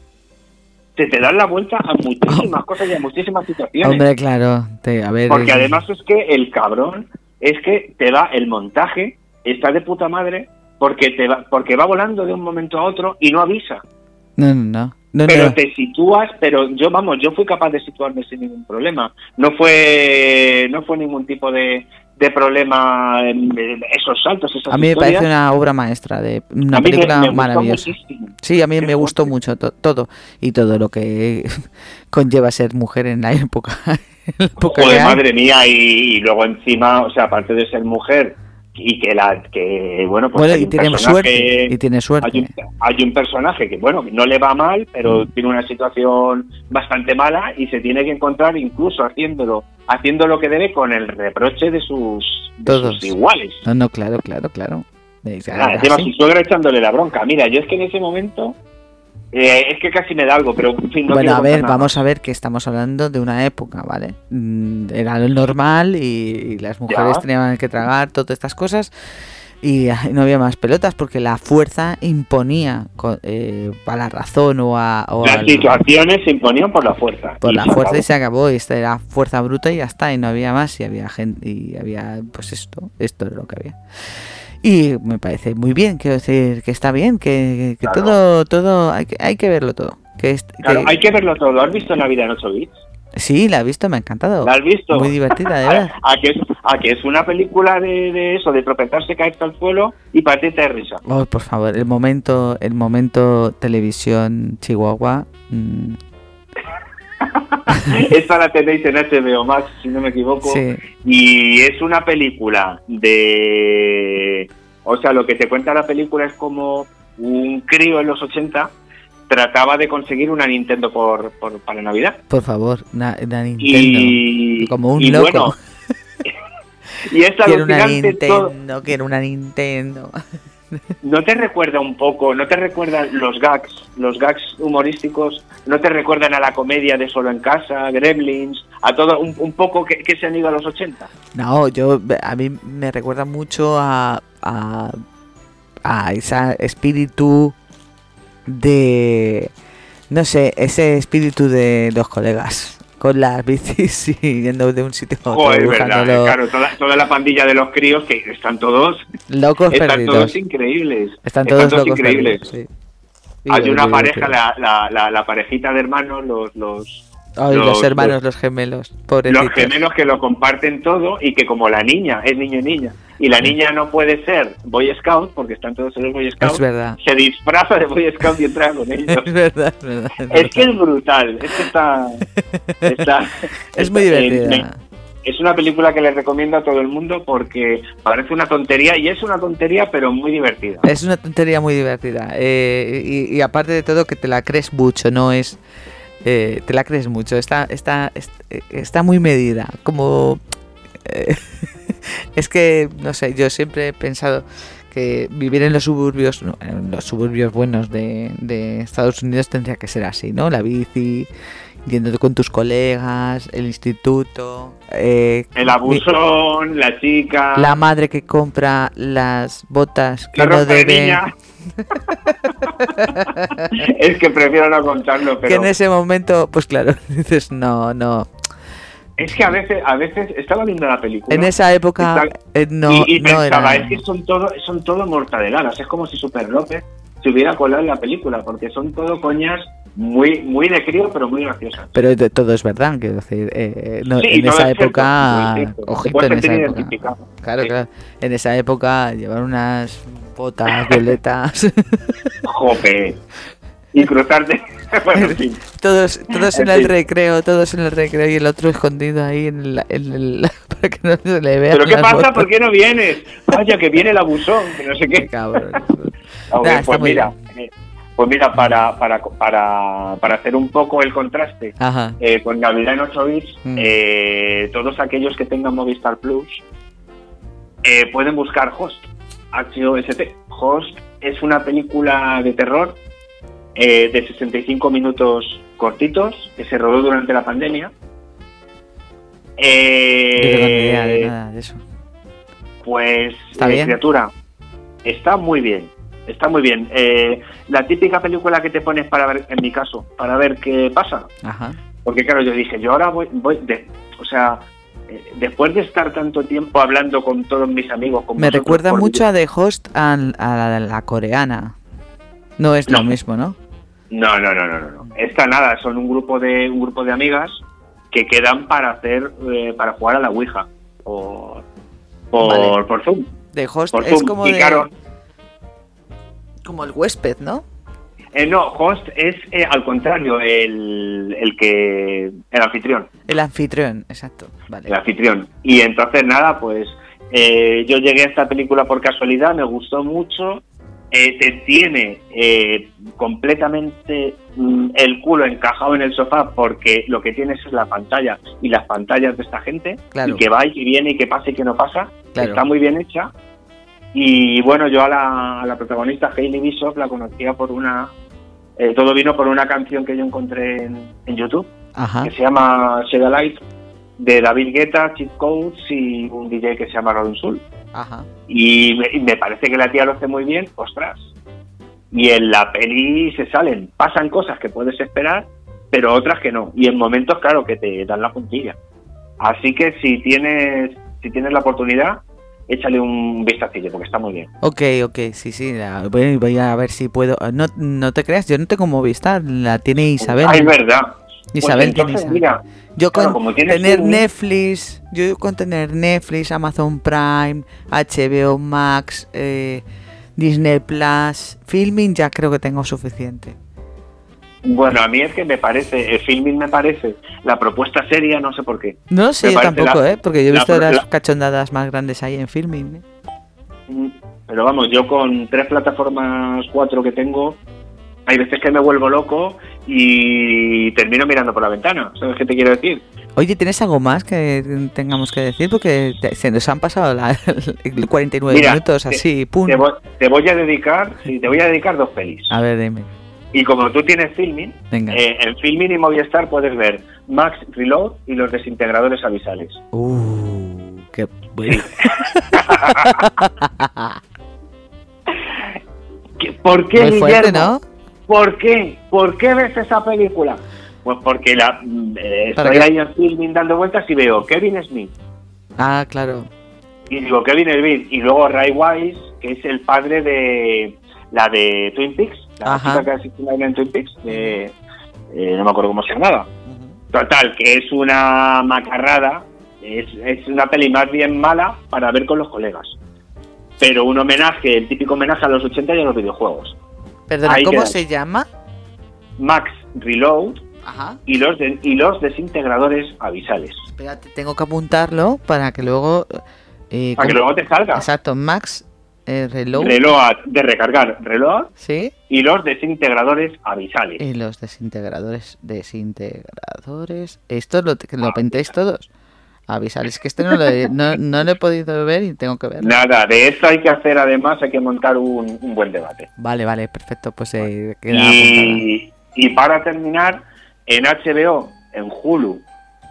[SPEAKER 1] se te dan la vuelta a muchísimas cosas y a muchísimas situaciones.
[SPEAKER 2] Hombre, claro. te- a ver,
[SPEAKER 1] Porque
[SPEAKER 2] eh,
[SPEAKER 1] además es que el cabrón es que te da el montaje, está de puta madre, porque te va, porque va volando de un momento a otro y no avisa.
[SPEAKER 2] No, no, no. No,
[SPEAKER 1] Pero
[SPEAKER 2] no.
[SPEAKER 1] te sitúas, pero yo vamos, yo fui capaz de situarme sin ningún problema. No fue, no fue ningún tipo de, de problema en- en esos saltos, esas
[SPEAKER 2] A mí me
[SPEAKER 1] historias.
[SPEAKER 2] parece una obra maestra, de una
[SPEAKER 1] A mí me-
[SPEAKER 2] película
[SPEAKER 1] me gustó
[SPEAKER 2] maravillosa.
[SPEAKER 1] muchísimo.
[SPEAKER 2] Sí, a mí
[SPEAKER 1] Qué
[SPEAKER 2] me gustó
[SPEAKER 1] fuerte.
[SPEAKER 2] mucho to- todo y todo lo que conlleva ser mujer en la época. en la época
[SPEAKER 1] Joder,
[SPEAKER 2] que hay.
[SPEAKER 1] madre mía, y, y luego encima, o sea, aparte de ser mujer y que la que bueno pues
[SPEAKER 2] bueno,
[SPEAKER 1] hay
[SPEAKER 2] y
[SPEAKER 1] un
[SPEAKER 2] tiene
[SPEAKER 1] personaje-
[SPEAKER 2] suerte. Y
[SPEAKER 1] Hay
[SPEAKER 2] tiene
[SPEAKER 1] un,
[SPEAKER 2] suerte.
[SPEAKER 1] hay un personaje que, bueno, no le va mal,
[SPEAKER 2] Mm.
[SPEAKER 1] pero tiene una situación bastante mala y se tiene que encontrar incluso haciéndolo, haciendo lo que debe con el reproche de sus, de
[SPEAKER 2] Todos.
[SPEAKER 1] sus iguales.
[SPEAKER 2] No, no, claro, claro, claro. Eh,
[SPEAKER 1] Ah,
[SPEAKER 2] ahora
[SPEAKER 1] encima
[SPEAKER 2] sí.
[SPEAKER 1] su suegro echándole la bronca. Mira, yo es que en ese momento eh, es que casi me da algo, pero en fin, no
[SPEAKER 2] bueno,
[SPEAKER 1] quiero
[SPEAKER 2] a
[SPEAKER 1] contar
[SPEAKER 2] ver,
[SPEAKER 1] nada.
[SPEAKER 2] vamos a ver que estamos hablando de una época, ¿vale? Mm, Era lo normal y, y las mujeres
[SPEAKER 1] Ya.
[SPEAKER 2] tenían que tragar todas estas cosas y ay, no había más pelotas porque la fuerza imponía co- eh, a la razón o a... o
[SPEAKER 1] Las
[SPEAKER 2] al-
[SPEAKER 1] situaciones se imponían por la fuerza.
[SPEAKER 2] por
[SPEAKER 1] Y
[SPEAKER 2] la
[SPEAKER 1] se
[SPEAKER 2] fuerza y
[SPEAKER 1] acabó.
[SPEAKER 2] se acabó y esta era fuerza bruta y ya está y no había más y había gente y había pues esto esto es lo que había y me parece muy bien quiero decir que está bien que, que
[SPEAKER 1] Claro.
[SPEAKER 2] todo todo hay que, hay que verlo todo que, es-
[SPEAKER 1] Claro,
[SPEAKER 2] que-
[SPEAKER 1] hay que verlo todo. ¿Has visto en la vida en 8 bits?
[SPEAKER 2] sí la he visto me ha encantado
[SPEAKER 1] ¿La has visto?
[SPEAKER 2] muy divertida de verdad
[SPEAKER 1] A, a que es, a que es una película de, de eso, de tropetarse, caerse al suelo y partirte de risa.
[SPEAKER 2] Oh, por favor, el momento, el momento televisión Chihuahua. mm,
[SPEAKER 1] Esta la tenéis en HBO Max, si no me equivoco.
[SPEAKER 2] sí,
[SPEAKER 1] Y es una película de... O sea, lo que te cuenta la película es como un crío en los 80 trataba de conseguir una Nintendo por, por- para Navidad.
[SPEAKER 2] por favor, na, na Nintendo.
[SPEAKER 1] Y,
[SPEAKER 2] Como un
[SPEAKER 1] y
[SPEAKER 2] loco.
[SPEAKER 1] bueno, y es
[SPEAKER 2] quiero una
[SPEAKER 1] alucinante todo.
[SPEAKER 2] Nintendo, quiero una Nintendo.
[SPEAKER 1] ¿No te recuerda un poco, no te recuerdan los gags, los gags humorísticos, no te recuerdan a la comedia de Solo en Casa, Gremlins, a todo un, un poco que, que se han ido a los 80?
[SPEAKER 2] No, yo a mí me recuerda mucho a a, a ese espíritu de no sé, ese espíritu de los colegas con las bicis y yendo de un sitio a otro,
[SPEAKER 1] Oh, es verdad,
[SPEAKER 2] buscándolo.
[SPEAKER 1] claro, toda, toda la pandilla de los críos que están todos,
[SPEAKER 2] locos
[SPEAKER 1] están
[SPEAKER 2] perdidos.
[SPEAKER 1] todos increíbles.
[SPEAKER 2] Están todos locos
[SPEAKER 1] increíbles.
[SPEAKER 2] perdidos, sí. Y
[SPEAKER 1] Hay
[SPEAKER 2] yo
[SPEAKER 1] una
[SPEAKER 2] digo
[SPEAKER 1] pareja,
[SPEAKER 2] que-
[SPEAKER 1] la, la, la, la parejita de hermanos, los, los,
[SPEAKER 2] Ay, los,
[SPEAKER 1] los-
[SPEAKER 2] hermanos, los, gemelos. Pobrecitos.
[SPEAKER 1] los gemelos que lo comparten todo y que como la niña es niño y niña, y la niña no puede ser Boy Scout porque están todos en los Boy Scout,
[SPEAKER 2] Es verdad.
[SPEAKER 1] se disfraza de Boy Scout y entra con ellos.
[SPEAKER 2] Es verdad, es verdad. Es,
[SPEAKER 1] Es
[SPEAKER 2] verdad.
[SPEAKER 1] que es brutal, es que está... está-
[SPEAKER 2] Es muy
[SPEAKER 1] está- eh,
[SPEAKER 2] divertida.
[SPEAKER 1] me- es una película que les recomiendo a todo el mundo porque parece una tontería y es una tontería pero muy divertida.
[SPEAKER 2] Es una tontería muy divertida eh, y, y, aparte de todo que te la crees mucho, no es... Eh, te la crees mucho, está, está, eh, está muy medida, como... Eh, es que, no sé, yo siempre he pensado que vivir en los suburbios, en los suburbios buenos de, de Estados Unidos tendría que ser así, ¿no? La bici, yéndote con tus colegas, el instituto. Eh,
[SPEAKER 1] el abusón, mi, la chica.
[SPEAKER 2] La madre que compra las botas que Ah. la no debe. Niña.
[SPEAKER 1] es que prefiero no contarlo, pero.
[SPEAKER 2] Que en ese momento, pues claro, dices, no, no.
[SPEAKER 1] Es que a veces, a veces estaba viendo la película.
[SPEAKER 2] En esa época está, eh, no,
[SPEAKER 1] y, y
[SPEAKER 2] no
[SPEAKER 1] pensaba, era. es que son todo, son todo mortadeladas. Es como si Super López se hubiera colado en la película, porque son todo coñas muy muy de crío, pero muy graciosas.
[SPEAKER 2] Pero de, todo es verdad, quiero decir, eh, no, sí, en esa época, cierto, ojito, en esa época. Claro, sí. claro, en esa época llevar unas botas violetas.
[SPEAKER 1] Jope y cruzarte. bueno, sí.
[SPEAKER 2] Todos, todos en, en el fin. recreo, todos en el recreo y el otro escondido ahí en, la, en el, para que no se le vea.
[SPEAKER 1] Pero ¿qué pasa? Botas. ¿Por qué no vienes? Vaya, que viene el abusón, que no sé qué. qué
[SPEAKER 2] cabrón.
[SPEAKER 1] okay, nah, pues mira. Bien. Pues mira, para, para, para, para, hacer un poco el contraste, eh, con Navidad en 8 bits, mm. eh, todos aquellos que tengan Movistar Plus eh, pueden buscar Host, H-O-S-T. Host es una película de terror eh, de 65 minutos cortitos que se rodó durante la pandemia.
[SPEAKER 2] Eh, no de nada de eso.
[SPEAKER 1] Pues ¿Está eh, bien? criatura, está muy bien, está muy bien. Eh, la típica película que te pones para ver, en mi caso, para ver qué pasa. Ajá. Porque claro, yo dije, yo ahora voy, voy de, o sea, eh, después de estar tanto tiempo hablando con todos mis amigos, con
[SPEAKER 2] me
[SPEAKER 1] vosotros,
[SPEAKER 2] recuerda mucho a The Host a, a la coreana. No es lo no. mismo, ¿no?
[SPEAKER 1] No, no, no, no, no. Esta nada, son un grupo de un grupo de amigas que quedan para hacer eh, para jugar a la Ouija por por, vale. por Zoom.
[SPEAKER 2] De host
[SPEAKER 1] por
[SPEAKER 2] es Zoom. como y de, claro, como el huésped, ¿no?
[SPEAKER 1] Eh, no, host es eh, al contrario, el, el que el anfitrión.
[SPEAKER 2] El anfitrión, exacto, vale.
[SPEAKER 1] El anfitrión. Y entonces nada, pues yo llegué a esta película por casualidad, me gustó mucho, eh, te tiene eh, completamente mm, el culo encajado en el sofá porque lo que tienes es la pantalla y las pantallas de esta gente claro. y que va y que viene y que pasa y que no pasa claro. está muy bien hecha y bueno yo a la, a la protagonista Hailey Bishop la conocía por una eh, todo vino por una canción que yo encontré en, en YouTube
[SPEAKER 2] Ah.
[SPEAKER 1] Ajá. que se llama Shade Light de David Guetta, Chip Coates y un DJ que se llama Ron Sul. Ajá. Y me, me, parece que la tía lo hace muy bien, ostras. Y en la peli se salen, pasan cosas que puedes esperar, pero otras que no. Y en momentos, claro, que te dan la puntilla. Así que si tienes, si tienes la oportunidad, échale un vistacillo, porque está muy bien.
[SPEAKER 2] Ok, ok, sí, sí, la, voy, voy, a ver si puedo. No, no te creas, yo no tengo Movistar, la tiene Isabel.
[SPEAKER 1] Ah, es verdad,
[SPEAKER 2] Isabel pues entonces, mira, yo claro, con tener un... Netflix, yo con tener Netflix, Amazon Prime, HBO Max, eh, Disney Plus, Filming ya creo que tengo suficiente.
[SPEAKER 1] Bueno, a mí es que me parece, el Filming me parece la propuesta seria, no sé por qué.
[SPEAKER 2] No, sí, yo tampoco, la, ¿eh? Porque yo he visto la, las la... cachondadas más grandes ahí en Filming. ¿eh?
[SPEAKER 1] Mm, Pero vamos, yo con tres plataformas, cuatro que tengo, hay veces que me vuelvo loco y termino mirando por la ventana. ¿Sabes qué te quiero decir?
[SPEAKER 2] Oye, ¿tienes algo más que tengamos que decir? Porque se nos han pasado la, el 49 Mira, minutos así,
[SPEAKER 1] te, pum. Te voy, te voy, a dedicar, te voy a dedicar dos pelis.
[SPEAKER 2] A ver, dime.
[SPEAKER 1] Y como tú tienes filming, eh, en filming y Movistar puedes ver Max Reload y los desintegradores avisales.
[SPEAKER 2] Uh, qué bueno.
[SPEAKER 1] ¿Por qué
[SPEAKER 2] Muy fuerte, ¿no?
[SPEAKER 1] ¿Por qué? ¿Por qué ves esa película? Pues porque la, eh, estoy qué? ahí en filming dando vueltas y veo Kevin Smith.
[SPEAKER 2] Ah, claro.
[SPEAKER 1] Y digo Kevin Smith. Y luego Ray Wise, que es el padre de la de Twin Peaks, la chica que asistió en Twin Peaks, de, eh, no me acuerdo cómo se llamaba. Uh -huh. Total, que es una macarrada, es, es una peli más bien mala para ver con los colegas. Pero un homenaje, el típico homenaje a los 80 y a los videojuegos.
[SPEAKER 2] Perdona, ¿cómo queda. se llama?
[SPEAKER 1] Max Reload
[SPEAKER 2] Ajá.
[SPEAKER 1] y los, de- y los desintegradores avisales.
[SPEAKER 2] Espérate, tengo que apuntarlo para que luego. eh,
[SPEAKER 1] Para que
[SPEAKER 2] como-
[SPEAKER 1] luego te salga.
[SPEAKER 2] Exacto, Max eh, Reload.
[SPEAKER 1] Reload, de recargar, reload
[SPEAKER 2] sí.
[SPEAKER 1] y los desintegradores avisales.
[SPEAKER 2] Y los desintegradores. Desintegradores. Esto lo, que lo
[SPEAKER 1] Ah,
[SPEAKER 2] apuntéis todos. Avisales que este no lo, he, no, no lo he podido ver y tengo que verlo.
[SPEAKER 1] Nada, de esto hay que hacer además, hay que montar un, un buen debate.
[SPEAKER 2] Vale, vale, perfecto. Pues eh, queda apuntada.
[SPEAKER 1] Y, y para terminar, en HBO, en Hulu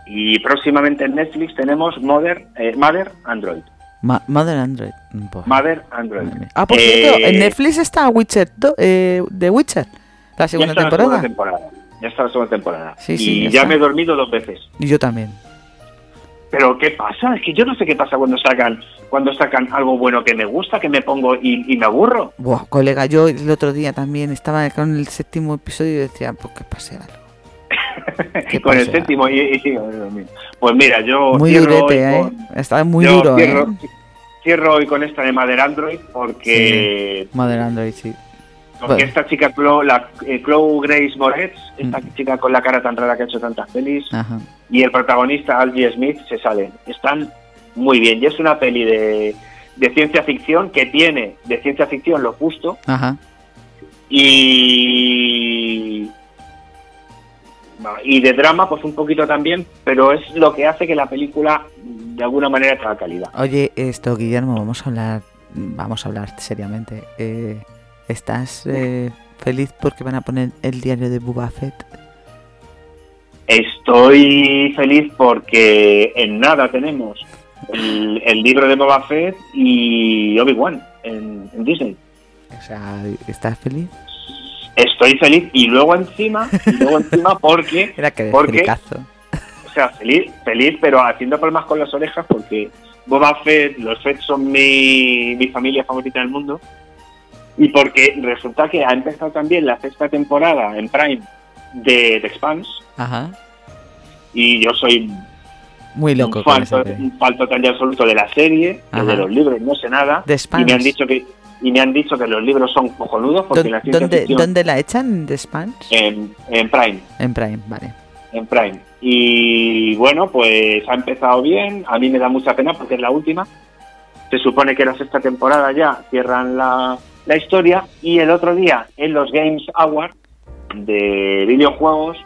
[SPEAKER 1] y próximamente en Netflix tenemos Mother, eh, Mother Android.
[SPEAKER 2] Ma- Mother Android. Buah,
[SPEAKER 1] Mother Android.
[SPEAKER 2] madre mía. Ah, por
[SPEAKER 1] Eh,
[SPEAKER 2] cierto, en Netflix está Witcher do- eh, The Witcher, la
[SPEAKER 1] ya
[SPEAKER 2] segunda
[SPEAKER 1] está
[SPEAKER 2] temporada.
[SPEAKER 1] La segunda temporada. Ya está la segunda temporada.
[SPEAKER 2] Sí, sí,
[SPEAKER 1] y
[SPEAKER 2] ya
[SPEAKER 1] ya,
[SPEAKER 2] está.
[SPEAKER 1] me he dormido dos veces.
[SPEAKER 2] Y yo también.
[SPEAKER 1] Pero ¿qué pasa? Es que yo no sé qué pasa cuando sacan cuando sacan algo bueno que me gusta, que me pongo y, y me aburro.
[SPEAKER 2] Buah, colega, yo el otro día también estaba con el séptimo episodio y decía, pues que pase algo. Que
[SPEAKER 1] Con el
[SPEAKER 2] pase algo.
[SPEAKER 1] séptimo y, y- y- Dios mío. Pues mira, yo
[SPEAKER 2] Muy
[SPEAKER 1] cierro
[SPEAKER 2] durete,
[SPEAKER 1] hoy
[SPEAKER 2] ¿eh?
[SPEAKER 1] con-
[SPEAKER 2] Está muy
[SPEAKER 1] yo
[SPEAKER 2] duro,
[SPEAKER 1] cierro,
[SPEAKER 2] ¿eh?
[SPEAKER 1] cierro hoy con esta de Mother Android porque
[SPEAKER 2] Madre Android, sí.
[SPEAKER 1] Porque
[SPEAKER 2] Bueno.
[SPEAKER 1] esta chica, Clo- la, eh, Chloe Grace Moretz, esta
[SPEAKER 2] Mm. Ah.
[SPEAKER 1] chica con la cara tan rara que ha hecho tantas pelis,
[SPEAKER 2] Ajá.
[SPEAKER 1] y el protagonista, Algie Smith, se salen. Están muy bien. Y es una peli de, de ciencia ficción que tiene de ciencia ficción lo justo
[SPEAKER 2] Ajá.
[SPEAKER 1] y. Y de drama, pues un poquito también, pero es lo que hace que la película de alguna manera tenga calidad.
[SPEAKER 2] Oye, esto, Guillermo, vamos a hablar, vamos a hablar seriamente. Eh, ¿Estás eh, feliz porque van a poner el diario de Boba Fett?
[SPEAKER 1] Estoy feliz porque en nada tenemos el, el libro de Boba Fett y Obi-Wan en, en Disney.
[SPEAKER 2] O sea, ¿estás feliz?
[SPEAKER 1] Estoy feliz y luego encima, y luego encima porque,
[SPEAKER 2] Era que eres
[SPEAKER 1] ¿Por qué?
[SPEAKER 2] fricazo.
[SPEAKER 1] o sea, feliz, feliz, pero haciendo palmas con las orejas porque Boba Fett, los Fett son mi, mi familia favorita del mundo y porque resulta que ha empezado también la sexta temporada en Prime de The Expanse
[SPEAKER 2] Ajá.
[SPEAKER 1] y yo soy
[SPEAKER 2] Muy loco.
[SPEAKER 1] un
[SPEAKER 2] con esa
[SPEAKER 1] falto,
[SPEAKER 2] peli.
[SPEAKER 1] un falto tan absoluto de la serie,
[SPEAKER 2] Ajá.
[SPEAKER 1] de los libros, no sé nada.
[SPEAKER 2] The
[SPEAKER 1] Y me han
[SPEAKER 2] Spans.
[SPEAKER 1] dicho que y me han dicho que los libros son cojonudos porque
[SPEAKER 2] ¿Dó-
[SPEAKER 1] la ciencia
[SPEAKER 2] ¿Dónde,
[SPEAKER 1] ficción Eh.
[SPEAKER 2] ¿Dónde la echan? ¿The Spans?
[SPEAKER 1] en, en Prime,
[SPEAKER 2] En Prime, vale.
[SPEAKER 1] en Prime. Y bueno, pues ha empezado bien, a mí me da mucha pena porque es la última. Se supone que la sexta temporada ya cierran la, la historia y el otro día en los Games Awards de videojuegos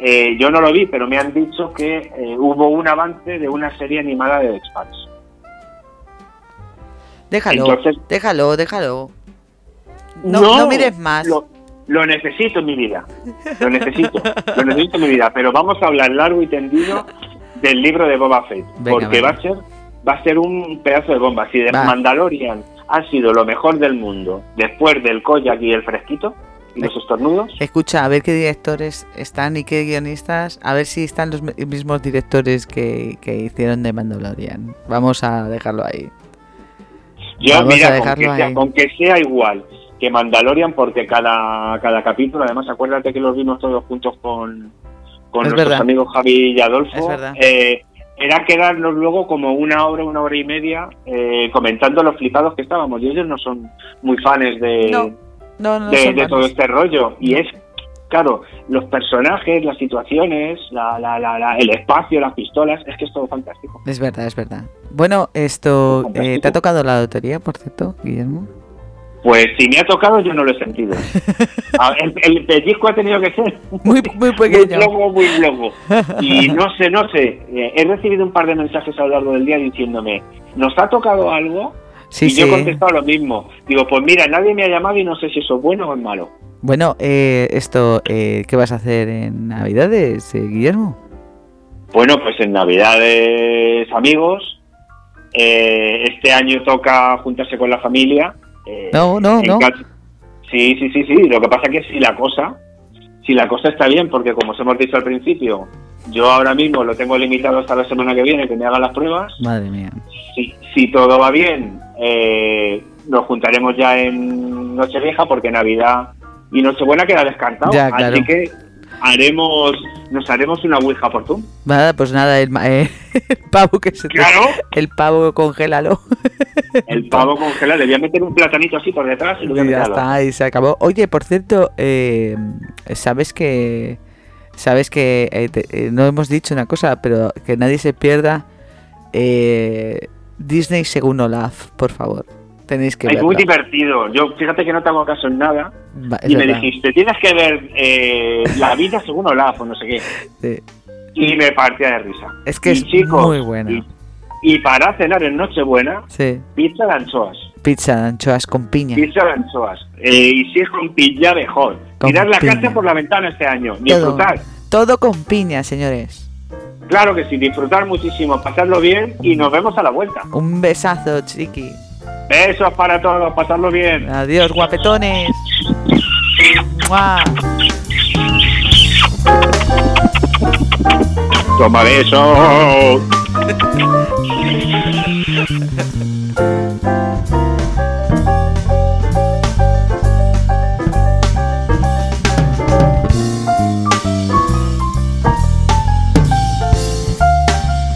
[SPEAKER 1] eh, yo no lo vi, pero me han dicho que eh, hubo un avance de una serie animada de The Expanse.
[SPEAKER 2] Déjalo,
[SPEAKER 1] Entonces-
[SPEAKER 2] déjalo, déjalo. No, no, mires más.
[SPEAKER 1] Lo, lo necesito en mi vida. Lo necesito. lo necesito en mi vida. Pero vamos a hablar largo y tendido del libro de Boba Fett.
[SPEAKER 2] Venga,
[SPEAKER 1] porque
[SPEAKER 2] venga.
[SPEAKER 1] va a ser va a ser un pedazo de bomba. Si de
[SPEAKER 2] Va.
[SPEAKER 1] Mandalorian ha sido lo mejor del mundo después del Koyak y el fresquito y los estornudos.
[SPEAKER 2] Escucha, a ver qué directores están y qué guionistas, a ver si están los mi- mismos directores que, que hicieron de Mandalorian. Vamos a dejarlo ahí.
[SPEAKER 1] Yo,
[SPEAKER 2] vamos a
[SPEAKER 1] mira, con
[SPEAKER 2] dejarlo
[SPEAKER 1] que, sea,
[SPEAKER 2] ahí.
[SPEAKER 1] con que sea igual que Mandalorian, porque cada, cada capítulo, además acuérdate que los vimos todos juntos con, con
[SPEAKER 2] Es
[SPEAKER 1] nuestros
[SPEAKER 2] verdad.
[SPEAKER 1] amigos Javi y
[SPEAKER 2] Es
[SPEAKER 1] Adolfo,
[SPEAKER 2] verdad.
[SPEAKER 1] eh, era quedarnos luego como una hora, una hora y media eh, comentando los flipados que estábamos. Y ellos no son muy fans de,
[SPEAKER 2] No, No, no,
[SPEAKER 1] de,
[SPEAKER 2] son
[SPEAKER 1] de todo
[SPEAKER 2] malos.
[SPEAKER 1] este rollo. Y es, claro, los personajes, las situaciones, la- la- la- la- el espacio, las pistolas, es que es todo fantástico.
[SPEAKER 2] Es verdad, es verdad. Bueno, esto, eh, ¿te ha
[SPEAKER 1] Fantástico.
[SPEAKER 2] tocado la lotería, por cierto, Guillermo?
[SPEAKER 1] Pues si me ha tocado, yo no lo he sentido. A- El, el pellizco ha tenido que ser
[SPEAKER 2] Muy, muy pequeño.
[SPEAKER 1] Muy loco, muy loco. Y no sé, no sé. eh, he recibido un par de mensajes a lo largo del día diciéndome, ¿nos ha tocado algo?
[SPEAKER 2] Sí,
[SPEAKER 1] y
[SPEAKER 2] sí.
[SPEAKER 1] yo he contestado lo mismo. Digo, pues mira, nadie me ha llamado y no sé si eso es bueno o es malo.
[SPEAKER 2] Bueno, eh, esto, eh, ¿qué vas a hacer en Navidades, eh, Guillermo?
[SPEAKER 1] Bueno, pues en Navidades, amigos. eh, este año toca juntarse con la familia. eh,
[SPEAKER 2] No, no,
[SPEAKER 1] en
[SPEAKER 2] no.
[SPEAKER 1] casa- Sí, sí, sí, sí. Lo que pasa que si la cosa, si la cosa está bien, porque como os hemos dicho al principio, yo ahora mismo lo tengo limitado hasta la semana que viene, que me hagan las pruebas.
[SPEAKER 2] Madre mía.
[SPEAKER 1] Si, si todo va bien, eh, nos juntaremos ya en Nochevieja, porque Navidad y Nochebuena queda descartado.
[SPEAKER 2] Ya, claro.
[SPEAKER 1] Así que haremos, nos haremos una Ouija por Zoom.
[SPEAKER 2] Nada, pues nada, el, ma- eh, el pavo que se te-
[SPEAKER 1] Claro,
[SPEAKER 2] El pavo congélalo.
[SPEAKER 1] el pavo congelado. Le voy a meter un platanito así por detrás y lo voy a
[SPEAKER 2] Y
[SPEAKER 1] meter
[SPEAKER 2] ya
[SPEAKER 1] al horno.
[SPEAKER 2] está, y se acabó. Oye, por cierto, eh, ¿sabes que Sabes que eh, te- eh, no hemos dicho una cosa, pero que nadie se pierda eh, Disney según Olaf, por favor. Tenéis que
[SPEAKER 1] Ay,
[SPEAKER 2] verla.
[SPEAKER 1] muy divertido. Yo, fíjate que no te hago caso en nada.
[SPEAKER 2] Va- es
[SPEAKER 1] y me
[SPEAKER 2] verdad,
[SPEAKER 1] dijiste, tienes que ver eh, La vida según Olaf o no sé qué.
[SPEAKER 2] sí.
[SPEAKER 1] Y me partía de risa.
[SPEAKER 2] Es que
[SPEAKER 1] Y,
[SPEAKER 2] es
[SPEAKER 1] chicos,
[SPEAKER 2] muy buena.
[SPEAKER 1] Y, y para cenar en Nochebuena,
[SPEAKER 2] Sí.
[SPEAKER 1] pizza de anchoas.
[SPEAKER 2] Pizza de anchoas con piña.
[SPEAKER 1] Pizza de anchoas. Eh, y si es con piña, mejor.
[SPEAKER 2] Con
[SPEAKER 1] Tirar la
[SPEAKER 2] piña.
[SPEAKER 1] casa por la ventana este año.
[SPEAKER 2] Todo,
[SPEAKER 1] Disfrutar.
[SPEAKER 2] todo con piña, señores.
[SPEAKER 1] Claro que sí, disfrutar muchísimo, pasarlo bien y nos vemos a la vuelta.
[SPEAKER 2] Un besazo, chiqui.
[SPEAKER 1] Besos para todos, pasarlo bien.
[SPEAKER 2] Adiós, guapetones. ¡Mua!
[SPEAKER 1] Toma besos.